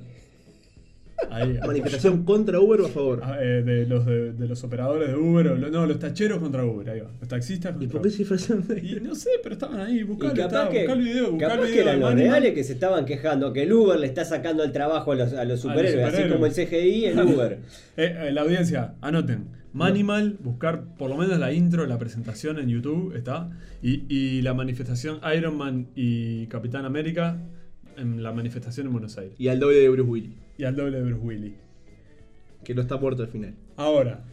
[SPEAKER 3] Ahí,
[SPEAKER 2] Manifestación contra Uber o a favor.
[SPEAKER 3] ah, eh, de, los, de, de los operadores de Uber, o lo- no, los tacheros contra Uber, ahí va, los taxistas
[SPEAKER 2] ¿Y
[SPEAKER 3] contra
[SPEAKER 2] por qué se disfrazan de
[SPEAKER 3] Y no sé, pero estaban ahí,
[SPEAKER 4] Y
[SPEAKER 3] buscalo,
[SPEAKER 4] capaz
[SPEAKER 3] estaba,
[SPEAKER 4] que,
[SPEAKER 3] buscá el video, buscá el
[SPEAKER 4] capaz
[SPEAKER 3] video.
[SPEAKER 4] que eran
[SPEAKER 3] de
[SPEAKER 4] los
[SPEAKER 3] Manimal.
[SPEAKER 4] reales que se estaban quejando, que el Uber le está sacando el trabajo a los, a los superhéroes, así
[SPEAKER 3] superhéroes.
[SPEAKER 4] como el CGI, el Uber.
[SPEAKER 3] Eh, eh, la audiencia, anoten. Manimal, buscar por lo menos la intro, la presentación en YouTube, está. Y, y la manifestación Iron Man y Capitán América en la manifestación en Buenos Aires.
[SPEAKER 2] Y al doble de Bruce Willis,
[SPEAKER 3] Y al doble de Bruce Willis.
[SPEAKER 2] que no está muerto al final.
[SPEAKER 3] Ahora,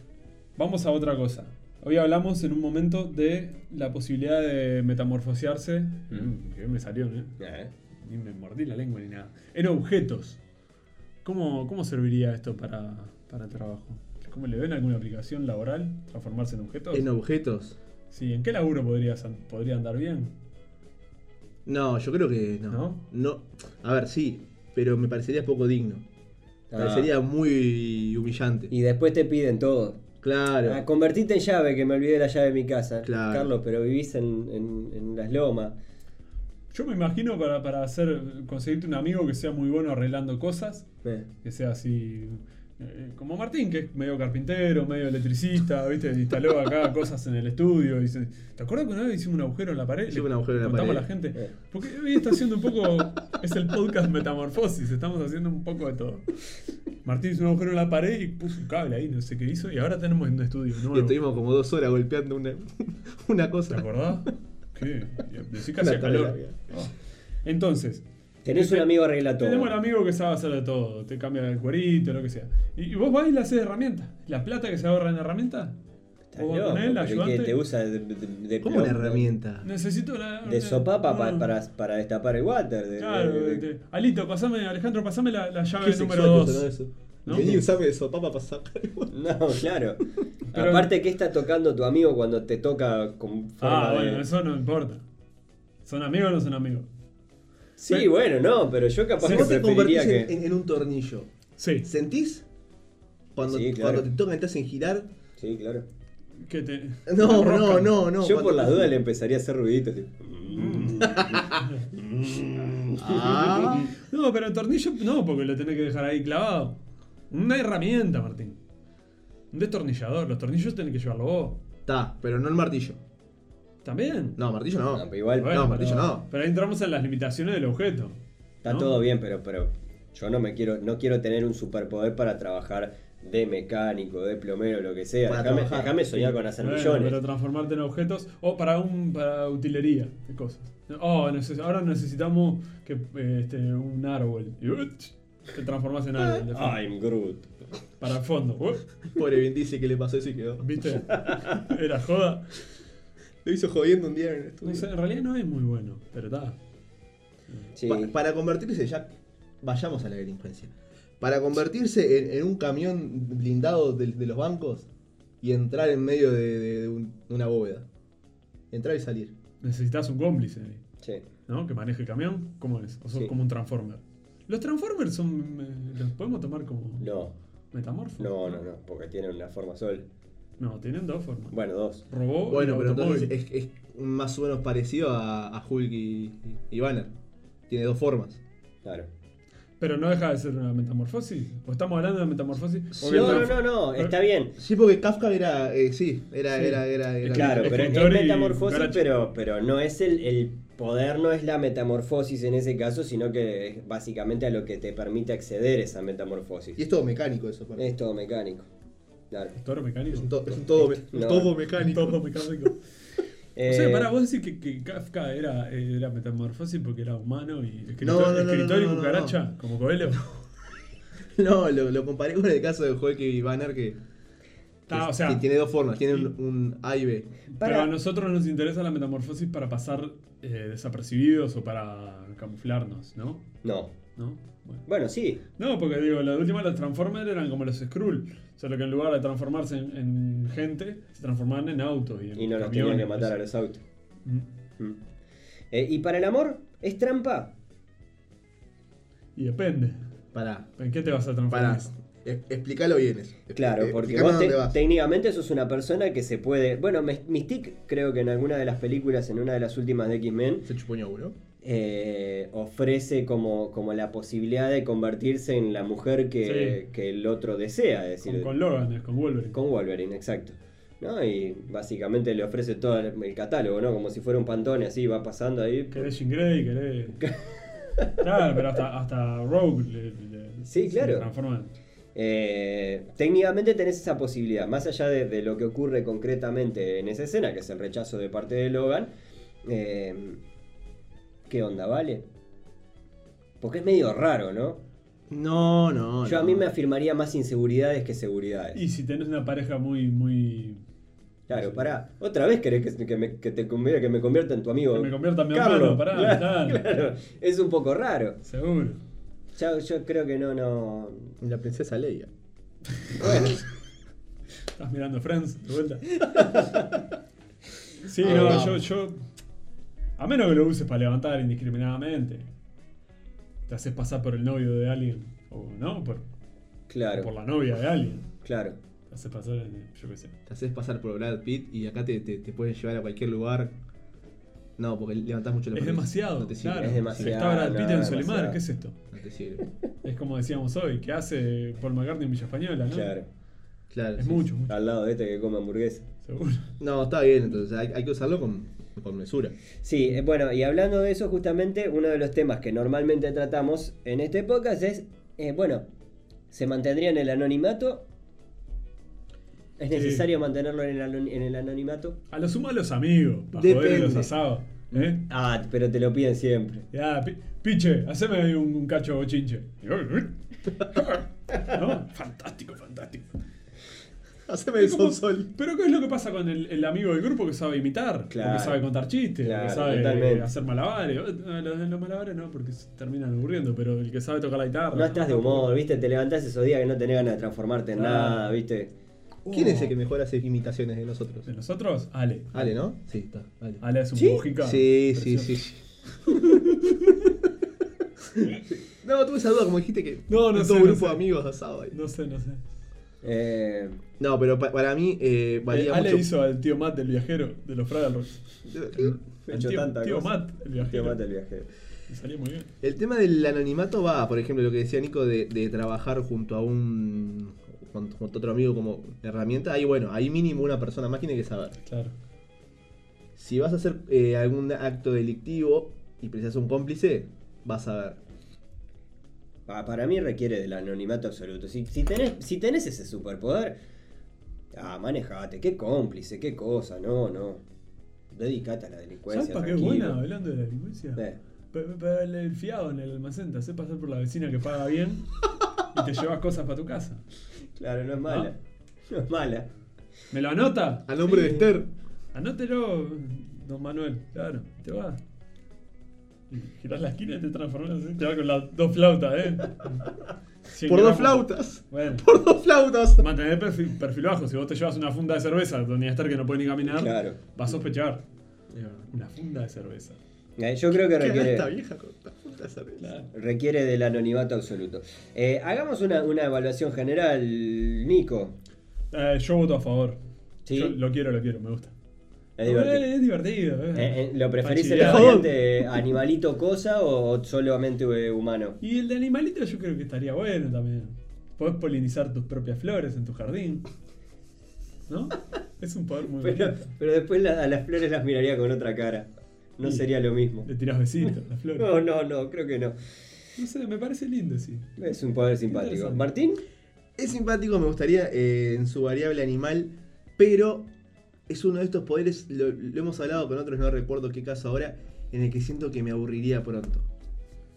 [SPEAKER 3] vamos a otra cosa. Hoy hablamos en un momento de la posibilidad de metamorfosearse. Mm, que me salió, ¿eh?
[SPEAKER 4] Eh,
[SPEAKER 3] Ni me mordí la lengua ni nada. En objetos. ¿Cómo, cómo serviría esto para, para el trabajo? ¿Cómo le ven alguna aplicación laboral? ¿Transformarse en objetos?
[SPEAKER 2] En objetos.
[SPEAKER 3] Sí, ¿en qué laburo podrías, an- podría andar bien?
[SPEAKER 2] No, yo creo que no.
[SPEAKER 3] ¿No?
[SPEAKER 2] No. A ver, sí, pero me parecería poco digno. Me
[SPEAKER 4] Ah.
[SPEAKER 2] Parecería muy humillante.
[SPEAKER 4] Y después te piden todo.
[SPEAKER 2] Claro.
[SPEAKER 4] Ah, convertite en llave, que me olvidé la llave de mi casa.
[SPEAKER 2] Claro.
[SPEAKER 4] Carlos, pero vivís en, en- en las lomas.
[SPEAKER 3] Yo me imagino para, para hacer, conseguirte un amigo que sea muy bueno arreglando cosas,
[SPEAKER 4] Eh,
[SPEAKER 3] que sea así. eh, como Martín, que es medio carpintero, medio electricista, ¿viste? Instaló acá cosas en el estudio. y dice, ¿Te acuerdas que una vez hicimos un agujero en la pared?
[SPEAKER 2] Hicimos un agujero en la
[SPEAKER 3] contamos
[SPEAKER 2] pared.
[SPEAKER 3] a la gente.
[SPEAKER 4] Eh.
[SPEAKER 3] Porque hoy está haciendo un poco. es el podcast Metamorfosis, estamos haciendo un poco de todo. Martín hizo un agujero en la pared y puso un cable ahí, no sé qué hizo, y ahora tenemos un estudio
[SPEAKER 2] Y
[SPEAKER 3] nuevo.
[SPEAKER 2] estuvimos como dos horas golpeando una, una
[SPEAKER 3] ¿Te
[SPEAKER 2] cosa.
[SPEAKER 3] acordás? ¿Qué? Decí que
[SPEAKER 2] Una
[SPEAKER 3] hacía calor.
[SPEAKER 2] tabla.
[SPEAKER 3] Ah. Entonces,
[SPEAKER 4] Tenés un amigo arregla todo.
[SPEAKER 3] tenemos el amigo que sabe hacer de todo, te cambia el cuerito, lo que sea. Y, y vos vas y le haces herramientas. La plata que se ahorra en herramientas,
[SPEAKER 4] Estás
[SPEAKER 3] vos vas
[SPEAKER 4] loco,
[SPEAKER 3] con él,
[SPEAKER 4] pero es que
[SPEAKER 3] ayudante.
[SPEAKER 4] te usa de, de- de-
[SPEAKER 2] Como una
[SPEAKER 4] de-
[SPEAKER 2] herramienta.
[SPEAKER 3] Necesito una.
[SPEAKER 4] De
[SPEAKER 3] una-
[SPEAKER 4] sopapa
[SPEAKER 3] no,
[SPEAKER 4] pa-
[SPEAKER 3] no.
[SPEAKER 4] para, eh, para destapar el water. de-
[SPEAKER 3] Ah. Claro,
[SPEAKER 4] de- de-
[SPEAKER 3] este, Alito, pasame, Alejandro, pasame la, la
[SPEAKER 2] Qué
[SPEAKER 3] llave
[SPEAKER 2] sexual
[SPEAKER 3] número
[SPEAKER 2] que sonó
[SPEAKER 3] 2.
[SPEAKER 2] eso.
[SPEAKER 3] ¿No?
[SPEAKER 2] Vení, usame de sopapa para sacar.
[SPEAKER 4] No, claro.
[SPEAKER 3] Pero-
[SPEAKER 4] Aparte, ¿qué está tocando tu amigo cuando te toca con forma
[SPEAKER 3] Ah,
[SPEAKER 4] de-
[SPEAKER 3] bueno, eso no importa. ¿Son amigos o no son amigos?
[SPEAKER 4] Sí,
[SPEAKER 3] Pero-
[SPEAKER 4] bueno, no, pero yo capaz
[SPEAKER 2] Si
[SPEAKER 4] que
[SPEAKER 2] vos te
[SPEAKER 4] preferiría
[SPEAKER 2] convertís
[SPEAKER 4] que.
[SPEAKER 2] en, en- en un tornillo,
[SPEAKER 3] Sí.
[SPEAKER 2] ¿sentís? Cuando,
[SPEAKER 4] Sí, claro.
[SPEAKER 2] cuando te tocan, te hacen girar.
[SPEAKER 4] Sí, claro.
[SPEAKER 3] Que te...
[SPEAKER 2] No,
[SPEAKER 3] te
[SPEAKER 2] no,
[SPEAKER 3] enroscan.
[SPEAKER 2] no, no.
[SPEAKER 4] yo
[SPEAKER 2] cuando-
[SPEAKER 4] por las dudas le empezaría a hacer ruiditos. tipo. "Mm".
[SPEAKER 2] Ah.
[SPEAKER 3] No, pero el tornillo no, porque lo tenés que dejar ahí clavado. Una herramienta, Martín. Un destornillador. Los tornillos tenés que llevarlo vos.
[SPEAKER 2] Está, pero no el martillo.
[SPEAKER 3] También.
[SPEAKER 2] No, martillo no.
[SPEAKER 4] No, pero igual
[SPEAKER 3] Bueno,
[SPEAKER 2] no, martillo
[SPEAKER 3] pero-
[SPEAKER 2] no.
[SPEAKER 3] Pero ahí entramos en las limitaciones del objeto.
[SPEAKER 4] está
[SPEAKER 3] ¿no?
[SPEAKER 4] todo bien, pero, pero yo no me quiero, no quiero tener un superpoder para trabajar de mecánico, de plomero, lo que sea.
[SPEAKER 2] Para
[SPEAKER 4] Déjame
[SPEAKER 2] trabajar.
[SPEAKER 4] déjame soñar con hacer
[SPEAKER 3] Bueno,
[SPEAKER 4] millones.
[SPEAKER 3] Para transformarte en objetos o para un para utilería de cosas. Oh, neces- ahora necesitamos que eh, este, un árbol. Y, uch, te transformas en árbol. de fondo.
[SPEAKER 4] I'm Groot.
[SPEAKER 3] Para el fondo. Uh,
[SPEAKER 2] Pobre Vin dice que le pasó eso y quedó.
[SPEAKER 3] ¿Viste? Era joda.
[SPEAKER 2] Lo hizo jodiendo un día en el
[SPEAKER 3] No
[SPEAKER 2] estudio.
[SPEAKER 3] sé, en realidad no es muy bueno, pero está.
[SPEAKER 4] Sí.
[SPEAKER 2] Este, Pa- para convertirse ya, vayamos a la delincuencia. Para convertirse en, en un camión blindado de, de los bancos y entrar en medio de, de- de un- de una bóveda. Entrar y salir.
[SPEAKER 3] Necesitas un cómplice ahí,
[SPEAKER 4] Sí.
[SPEAKER 3] ¿no? Que maneje el camión. ¿Cómo es? O sos
[SPEAKER 4] Sí.
[SPEAKER 3] como un Transformer. Los Transformers son. eh, ¿Los podemos tomar como
[SPEAKER 4] No,
[SPEAKER 3] metamorfos?
[SPEAKER 4] no, no, no, porque tienen una forma sol.
[SPEAKER 3] No, tienen dos formas.
[SPEAKER 4] Bueno, dos.
[SPEAKER 3] Robó
[SPEAKER 2] Bueno,
[SPEAKER 3] y
[SPEAKER 2] pero
[SPEAKER 3] automóvil.
[SPEAKER 2] entonces es, es más o menos parecido a, a Hulk y, y Banner. Tiene dos formas.
[SPEAKER 4] Claro.
[SPEAKER 3] Pero no deja de ser una metamorfosis. ¿O estamos hablando de metamorfosis?
[SPEAKER 2] Sí,
[SPEAKER 3] Porque el
[SPEAKER 4] No, no,
[SPEAKER 3] transf-
[SPEAKER 4] no, no, está bien.
[SPEAKER 2] Sí, porque Kafka era. eh, sí, era,
[SPEAKER 3] Sí.
[SPEAKER 2] era, era, era-
[SPEAKER 4] Claro,
[SPEAKER 3] El
[SPEAKER 4] pero es
[SPEAKER 3] escritor y
[SPEAKER 4] metamorfosis,
[SPEAKER 3] Garachi.
[SPEAKER 4] pero, pero no es el, el poder, no es la metamorfosis en ese caso, sino que es básicamente a lo que te permite acceder esa metamorfosis.
[SPEAKER 2] Y es todo mecánico eso. aparte.
[SPEAKER 4] Es todo mecánico. Claro.
[SPEAKER 3] Toro mecánico.
[SPEAKER 2] Es un, to- es un todo, me-
[SPEAKER 4] No.
[SPEAKER 2] todo mecánico.
[SPEAKER 3] Todo mecánico.
[SPEAKER 4] Eh,
[SPEAKER 3] O sea, pará, vos decís que, que Kafka era, eh, era metamorfosis porque era humano y escritor,
[SPEAKER 2] No, no, no,
[SPEAKER 3] escritor
[SPEAKER 2] no, no,
[SPEAKER 3] y
[SPEAKER 2] no,
[SPEAKER 3] cucaracha, como Coelho.
[SPEAKER 2] No, lo, lo comparé con el caso de Hulk y Banner que,
[SPEAKER 3] Está,
[SPEAKER 2] que-
[SPEAKER 3] o sea,
[SPEAKER 2] que tiene dos formas. Tiene un,
[SPEAKER 3] y-
[SPEAKER 2] un A y B.
[SPEAKER 3] pero a
[SPEAKER 4] para-
[SPEAKER 3] nosotros nos interesa la metamorfosis para pasar eh, desapercibidos o para camuflarnos, ¿no?
[SPEAKER 4] No.
[SPEAKER 3] ¿No? Bueno.
[SPEAKER 4] Bueno, sí.
[SPEAKER 3] No, porque digo, la última los Transformers eran como los Skrull. Solo que en lugar de transformarse en, en gente, se transformaban en autos. Y, en
[SPEAKER 4] Y no los
[SPEAKER 3] camiones,
[SPEAKER 4] tenían que matar a los autos.
[SPEAKER 3] Mm.
[SPEAKER 4] Mm. Eh, ¿Y para el amor? ¿Es trampa?
[SPEAKER 3] Y depende.
[SPEAKER 2] Pará.
[SPEAKER 3] ¿En qué te vas a transformar?
[SPEAKER 2] Pará. E- explícalo bien eso. Expli-
[SPEAKER 4] Claro,
[SPEAKER 2] eh,
[SPEAKER 4] porque
[SPEAKER 2] explicame
[SPEAKER 4] vos
[SPEAKER 2] a
[SPEAKER 4] te-
[SPEAKER 2] dónde vas.
[SPEAKER 4] técnicamente sos una persona que se puede... Bueno, Mes- Mystique creo que en alguna de las películas, en una de las últimas de X-Men,
[SPEAKER 2] Se chupoñó uno.
[SPEAKER 4] eh, ofrece como, como la posibilidad de convertirse en la mujer que,
[SPEAKER 3] Sí.
[SPEAKER 4] que el otro desea, es
[SPEAKER 3] Con,
[SPEAKER 4] decir,
[SPEAKER 3] con Logan, es con Wolverine.
[SPEAKER 4] con Wolverine, exacto. ¿No? Y básicamente le ofrece todo el el catálogo, ¿no? Como si fuera un pantone así, va pasando ahí.
[SPEAKER 3] Querés Jean Grey, querés. claro, pero hasta, hasta Rogue le, le-
[SPEAKER 4] Sí,
[SPEAKER 3] se
[SPEAKER 4] claro.
[SPEAKER 3] le transforma.
[SPEAKER 4] Eh, técnicamente tenés esa posibilidad, más allá de, de lo que ocurre concretamente en esa escena, que es el rechazo de parte de Logan. eh, ¿Qué onda, vale? Porque es medio raro, ¿no?
[SPEAKER 2] No, no.
[SPEAKER 4] Yo a
[SPEAKER 2] no.
[SPEAKER 4] mí me afirmaría más inseguridades que seguridades.
[SPEAKER 3] Y si tenés una pareja muy, muy.
[SPEAKER 4] Claro, pará. Otra vez querés que, que me, que te convierta, que me convierta en tu amigo.
[SPEAKER 3] Que me convierta en mi
[SPEAKER 4] Carlos.
[SPEAKER 3] hermano, pará,
[SPEAKER 4] Claro,
[SPEAKER 3] claro.
[SPEAKER 4] claro. Es un poco raro.
[SPEAKER 3] Seguro.
[SPEAKER 4] Ya- yo creo que no, no.
[SPEAKER 2] La princesa Leia.
[SPEAKER 4] Bueno,
[SPEAKER 3] Estás mirando Friends de vuelta. sí,
[SPEAKER 2] Ah,
[SPEAKER 3] no,
[SPEAKER 2] vamos.
[SPEAKER 3] yo, yo. A menos que lo uses para levantar indiscriminadamente. Te haces pasar por el novio de alguien. O no, por, por
[SPEAKER 4] claro,
[SPEAKER 3] la novia de alguien.
[SPEAKER 4] claro.
[SPEAKER 3] Te haces pasar, en- yo qué sé.
[SPEAKER 2] Te haces pasar por Brad Pitt y acá te, te, te pueden llevar a cualquier lugar. No, porque levantás mucho la
[SPEAKER 3] Es
[SPEAKER 2] perdiz.
[SPEAKER 3] demasiado,
[SPEAKER 2] No te sirve.
[SPEAKER 3] claro.
[SPEAKER 4] es demasiado,
[SPEAKER 3] Está Brad Pitt en
[SPEAKER 4] no,
[SPEAKER 3] Solimar,
[SPEAKER 4] demasiado.
[SPEAKER 3] ¿qué es esto?
[SPEAKER 2] No te sirve.
[SPEAKER 3] Es como decíamos hoy, ¿qué hace Paul McCartney en Villa Española, no?
[SPEAKER 4] Claro.
[SPEAKER 2] Claro.
[SPEAKER 3] Es
[SPEAKER 2] sí.
[SPEAKER 3] mucho, mucho,
[SPEAKER 4] Al lado de este que come hamburguesa.
[SPEAKER 3] seguro.
[SPEAKER 2] No, está bien, entonces hay, hay que usarlo con, con mesura.
[SPEAKER 4] Sí, eh, bueno, y hablando de eso, justamente uno de los temas que normalmente tratamos en este podcast es, eh, bueno, ¿se mantendría en el anonimato? ¿Es
[SPEAKER 3] Sí.
[SPEAKER 4] necesario mantenerlo en el, anoni- en el anonimato?
[SPEAKER 3] A lo sumo a los amigos, para joder a
[SPEAKER 2] Depende.
[SPEAKER 3] los asados. ¿eh?
[SPEAKER 4] Ah, pero te lo piden siempre.
[SPEAKER 3] Ya, pi- piche, haceme ahí un, un cacho bochinche. ¿eh? ¿No? Fantástico, fantástico.
[SPEAKER 2] Haceme
[SPEAKER 3] Es como- Pero ¿qué es lo que pasa con el, el amigo del grupo que sabe imitar?
[SPEAKER 4] Claro.
[SPEAKER 3] Que sabe contar chistes,
[SPEAKER 4] Claro,
[SPEAKER 3] que sabe
[SPEAKER 4] totalmente.
[SPEAKER 3] hacer malabares. Eh, Los, los malabares no, porque se terminan aburriendo, pero el que sabe tocar la guitarra.
[SPEAKER 4] No estás de humor, viste, te levantás esos días que no tenés ganas de transformarte en
[SPEAKER 3] Claro.
[SPEAKER 4] nada, viste.
[SPEAKER 2] ¿Quién
[SPEAKER 3] Oh.
[SPEAKER 2] es el que mejor hace imitaciones de nosotros?
[SPEAKER 3] ¿De nosotros? Ale.
[SPEAKER 2] Ale, ¿no? Sí, está. Ale.
[SPEAKER 3] Ale es un
[SPEAKER 2] ¿Sí?
[SPEAKER 3] mujica.
[SPEAKER 2] Sí, sí,
[SPEAKER 3] Precioso.
[SPEAKER 2] sí. no, tuve esa duda, como dijiste que
[SPEAKER 3] No, no
[SPEAKER 2] un
[SPEAKER 3] sé,
[SPEAKER 2] todo
[SPEAKER 3] no
[SPEAKER 2] grupo
[SPEAKER 3] sé.
[SPEAKER 2] de amigos asado ahí.
[SPEAKER 3] No sé, no sé.
[SPEAKER 4] Eh,
[SPEAKER 2] No, pero pa- para mí eh,
[SPEAKER 3] Eh,
[SPEAKER 2] valía
[SPEAKER 3] Ale
[SPEAKER 2] mucho.
[SPEAKER 3] hizo al tío Matt del viajero, de los Fraggle Rocks.
[SPEAKER 4] me
[SPEAKER 3] El
[SPEAKER 4] echó
[SPEAKER 3] tío,
[SPEAKER 4] tanta
[SPEAKER 3] tío
[SPEAKER 4] cosa.
[SPEAKER 3] Matt, el
[SPEAKER 4] Tío
[SPEAKER 3] viajero.
[SPEAKER 4] Matt el viajero.
[SPEAKER 3] Y salió muy bien.
[SPEAKER 2] El tema del anonimato va, por ejemplo, lo que decía Nico de, de trabajar junto a un. junto junto a otro amigo como herramienta. Ahí, bueno, ahí mínimo una persona más tiene que saber.
[SPEAKER 3] Claro.
[SPEAKER 2] Si vas a hacer eh, algún acto delictivo y precisas un cómplice, vas a ver.
[SPEAKER 4] Pa- para mí requiere del anonimato absoluto. Si, si, tenés, si tenés ese superpoder, ah, manejate, qué cómplice, qué cosa, no, no. Dedicate a la
[SPEAKER 3] ¿Sabes
[SPEAKER 4] delincuencia.
[SPEAKER 3] para qué es
[SPEAKER 4] tranquilo.
[SPEAKER 3] buena hablando de la delincuencia?
[SPEAKER 4] Eh,
[SPEAKER 3] Pa- pa- Para el, el fiado en el almacén, te hace pasar por la vecina que paga bien y te llevas cosas para tu casa.
[SPEAKER 4] Eh, claro, no es mala. No es mala.
[SPEAKER 3] ¿Me lo anota?
[SPEAKER 2] A nombre
[SPEAKER 3] Sí.
[SPEAKER 2] de Esther.
[SPEAKER 3] Anótelo, don Manuel. Claro, te va. Y Girás la esquina y te transformas así, te va con las dos flautas, ¿eh? Cien
[SPEAKER 2] Por dos
[SPEAKER 3] gramos.
[SPEAKER 2] flautas.
[SPEAKER 3] Bueno,
[SPEAKER 2] Por dos flautas.
[SPEAKER 3] mantener perfil, perfil bajo. Si vos te llevas una funda de cerveza donde estar que no puede ni caminar,
[SPEAKER 4] Claro.
[SPEAKER 3] vas a sospechar. Una funda de cerveza.
[SPEAKER 4] Eh, Yo creo que
[SPEAKER 2] ¿Qué hará esta
[SPEAKER 4] requiere,
[SPEAKER 2] vieja con esta puta cerveza?
[SPEAKER 4] requiere del anonimato absoluto. Eh, hagamos una, una evaluación general, Nico.
[SPEAKER 3] Eh, yo voto a favor.
[SPEAKER 4] Sí.
[SPEAKER 3] Yo lo quiero, lo quiero, me gusta.
[SPEAKER 4] Es divertido.
[SPEAKER 3] Eh, es divertido, eh.
[SPEAKER 4] Eh, eh, ¿Lo preferís en la
[SPEAKER 3] Fachilear.
[SPEAKER 4] variante animalito cosa o solamente eh, humano?
[SPEAKER 3] Y el de animalito yo creo que estaría bueno también. Podés polinizar tus propias flores en tu jardín. ¿No? Es un poder muy
[SPEAKER 4] Pero,
[SPEAKER 3] bonito.
[SPEAKER 4] pero después la- a las flores las miraría con otra cara. No
[SPEAKER 3] Sí.
[SPEAKER 4] sería lo mismo.
[SPEAKER 3] Le tirás besitos a las flores.
[SPEAKER 4] No, no, no, creo que no.
[SPEAKER 3] No sé, me parece lindo, sí.
[SPEAKER 4] Es un poder simpático.
[SPEAKER 3] Interesante.
[SPEAKER 4] Martín,
[SPEAKER 2] Es simpático, me gustaría eh, en su variable animal, pero es uno de estos poderes, lo, lo hemos hablado con otros, no recuerdo qué caso ahora, en el que siento que me aburriría pronto.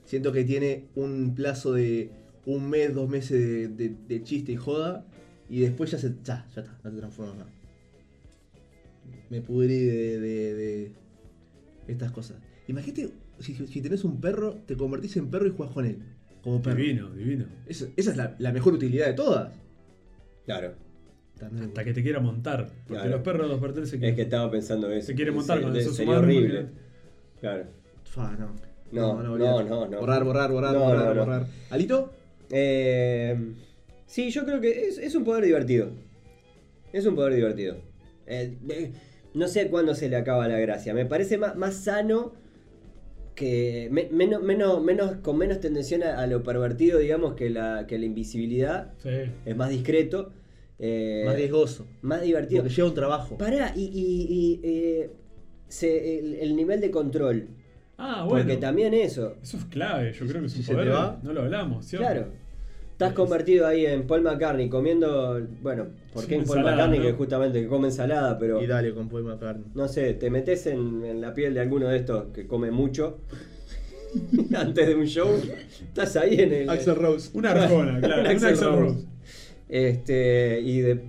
[SPEAKER 2] Siento que tiene un plazo de un mes, dos meses de, de- de chiste y joda, y después ya se. Ya, ya está, no te transformas más. Me pudrí de, de- de estas cosas. Imagínate, si, si tenés un perro, te convertís en perro y jugás con él. Como perro.
[SPEAKER 3] Divino, divino.
[SPEAKER 2] Esa, esa es la, la mejor utilidad de todas.
[SPEAKER 4] claro.
[SPEAKER 2] También,
[SPEAKER 3] Hasta que te quiera montar. Porque
[SPEAKER 4] Claro.
[SPEAKER 3] los perros los pertenecen
[SPEAKER 4] Es que estaba pensando eso.
[SPEAKER 3] se quiere montar con
[SPEAKER 4] Se-
[SPEAKER 3] esos
[SPEAKER 4] Sería
[SPEAKER 3] humanos.
[SPEAKER 4] horrible.
[SPEAKER 3] porque-
[SPEAKER 4] Claro.
[SPEAKER 2] Fa, no.
[SPEAKER 4] No, no,
[SPEAKER 2] olvidate.
[SPEAKER 4] no, no.
[SPEAKER 2] Borrar, borrar, borrar,
[SPEAKER 4] No,
[SPEAKER 2] borrar,
[SPEAKER 4] no, no.
[SPEAKER 2] borrar. ¿Alito?
[SPEAKER 4] Eh, sí, yo creo que es, es un poder divertido. Es un poder divertido. Eh, eh, no sé cuándo se le acaba la gracia. Me parece más, más sano que. me- menos, menos, menos, con menos tendencia a, a lo pervertido, digamos, que la, que la invisibilidad.
[SPEAKER 3] Sí.
[SPEAKER 4] Es más discreto. eh,
[SPEAKER 2] Más riesgoso.
[SPEAKER 4] más divertido.
[SPEAKER 2] Porque lleva un trabajo.
[SPEAKER 4] Pará, y, y- y, eh, se- el, el nivel de control.
[SPEAKER 3] Ah,
[SPEAKER 4] Porque
[SPEAKER 3] bueno.
[SPEAKER 4] también eso.
[SPEAKER 3] Eso es clave, yo creo que es
[SPEAKER 2] Si
[SPEAKER 3] un
[SPEAKER 2] se te
[SPEAKER 3] poder.
[SPEAKER 2] va-
[SPEAKER 3] No lo hablamos, ¿cierto?
[SPEAKER 4] Claro. Estás
[SPEAKER 3] Es-
[SPEAKER 4] convertido ahí en Paul McCartney comiendo. Bueno, ¿por
[SPEAKER 3] Sí,
[SPEAKER 4] qué en Paul
[SPEAKER 3] ensalada,
[SPEAKER 4] McCartney?
[SPEAKER 3] ¿no?
[SPEAKER 4] Que justamente que come ensalada, pero.
[SPEAKER 2] Y dale con Paul McCartney.
[SPEAKER 4] No sé, te metes en, en la piel de alguno de estos que come mucho antes de un show. Estás ahí en el.
[SPEAKER 2] Axel Rose.
[SPEAKER 3] Una arjona, claro.
[SPEAKER 4] Un
[SPEAKER 3] Un
[SPEAKER 4] Axl
[SPEAKER 3] Axel
[SPEAKER 4] Rose.
[SPEAKER 3] Rose.
[SPEAKER 4] Este. Y de,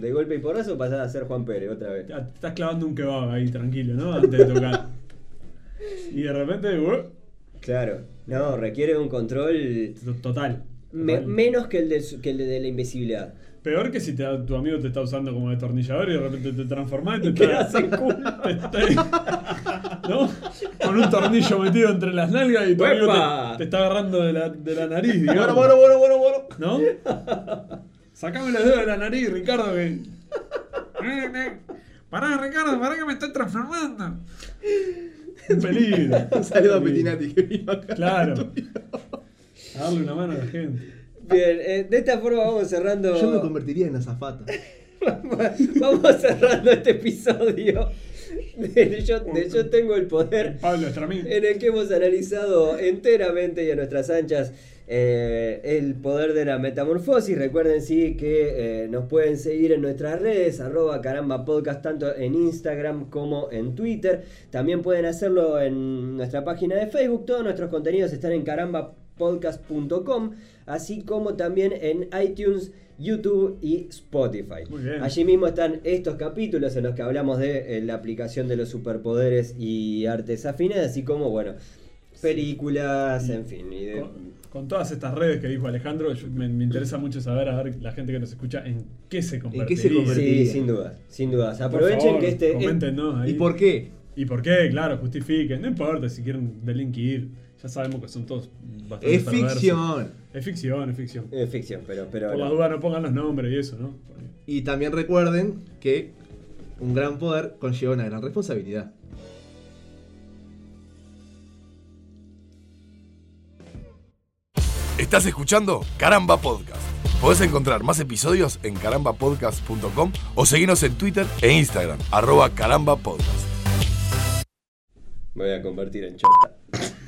[SPEAKER 4] de golpe y porrazo pasás a ser Juan Pérez otra vez.
[SPEAKER 3] Ya te Estás clavando un kebab ahí, tranquilo, ¿no? Antes de tocar. y de repente, ¡uh!
[SPEAKER 4] Claro. No, requiere un control
[SPEAKER 3] T- total.
[SPEAKER 4] me-
[SPEAKER 3] Total.
[SPEAKER 4] menos que el, de, que el de la invisibilidad.
[SPEAKER 3] Peor que si te- tu amigo te está usando como destornillador y de repente te transformas y te
[SPEAKER 4] Quedás
[SPEAKER 3] está-
[SPEAKER 4] en culo.
[SPEAKER 3] te está- ¿No? Con un tornillo metido entre las nalgas y tu amigo
[SPEAKER 4] ¡Uepa!
[SPEAKER 3] te, te está agarrando de la, de la nariz, digamos.
[SPEAKER 2] Bueno, bueno, bueno, bueno, bueno.
[SPEAKER 3] ¿No? Sacame los dedos de la nariz, Ricardo, que. Pará, Ricardo, pará que me estoy transformando. Un peligro.
[SPEAKER 2] Un saludo a
[SPEAKER 3] Un peligro.
[SPEAKER 2] Petinati que vino acá.
[SPEAKER 3] Claro. A darle una mano a la gente.
[SPEAKER 4] Bien, eh, de esta forma vamos cerrando.
[SPEAKER 2] Yo me convertiría en azafata.
[SPEAKER 4] Vamos cerrando este episodio de yo, de Yo tengo el poder,
[SPEAKER 3] Pablo Estramín.
[SPEAKER 4] en el que hemos analizado enteramente y a nuestras anchas eh, el poder de la metamorfosis. Recuerden sí que eh, nos pueden seguir en nuestras redes, arroba caramba podcast, tanto en Instagram como en Twitter. También pueden hacerlo en nuestra página de Facebook. Todos nuestros contenidos están en carambapodcast.com, así como también en iTunes. YouTube y Spotify.
[SPEAKER 3] Muy bien.
[SPEAKER 4] Allí mismo están estos capítulos en los que hablamos de eh, la aplicación de los superpoderes y artes afines, así como, bueno, películas, en fin. y de-
[SPEAKER 3] Con, con todas estas redes que dijo Alejandro, yo- me, me interesa mucho saber a ver la gente que nos escucha en qué se convertiría.
[SPEAKER 2] se convertiría?
[SPEAKER 4] sí, sin dudas, sin dudas.
[SPEAKER 3] Por
[SPEAKER 4] Aprovechen
[SPEAKER 3] favor,
[SPEAKER 4] que este...
[SPEAKER 3] coméntenos ahí.
[SPEAKER 2] ¿Y por qué?
[SPEAKER 3] ¿Y por qué? Claro, justifiquen. No importa si quieren delinquir. Ya sabemos que son todos bastante
[SPEAKER 2] Es
[SPEAKER 3] perversos.
[SPEAKER 2] ficción.
[SPEAKER 3] Es ficción, es ficción.
[SPEAKER 4] es ficción, pero... pero
[SPEAKER 3] Por
[SPEAKER 4] no.
[SPEAKER 3] las dudas no pongan los nombres y eso, ¿no?
[SPEAKER 2] Y también recuerden que un gran poder conlleva una gran responsabilidad.
[SPEAKER 1] Estás escuchando Caramba Podcast. Podés encontrar más episodios en carambapodcast.com o seguirnos en Twitter e Instagram, arroba carambapodcast.
[SPEAKER 4] Me voy a convertir en chota.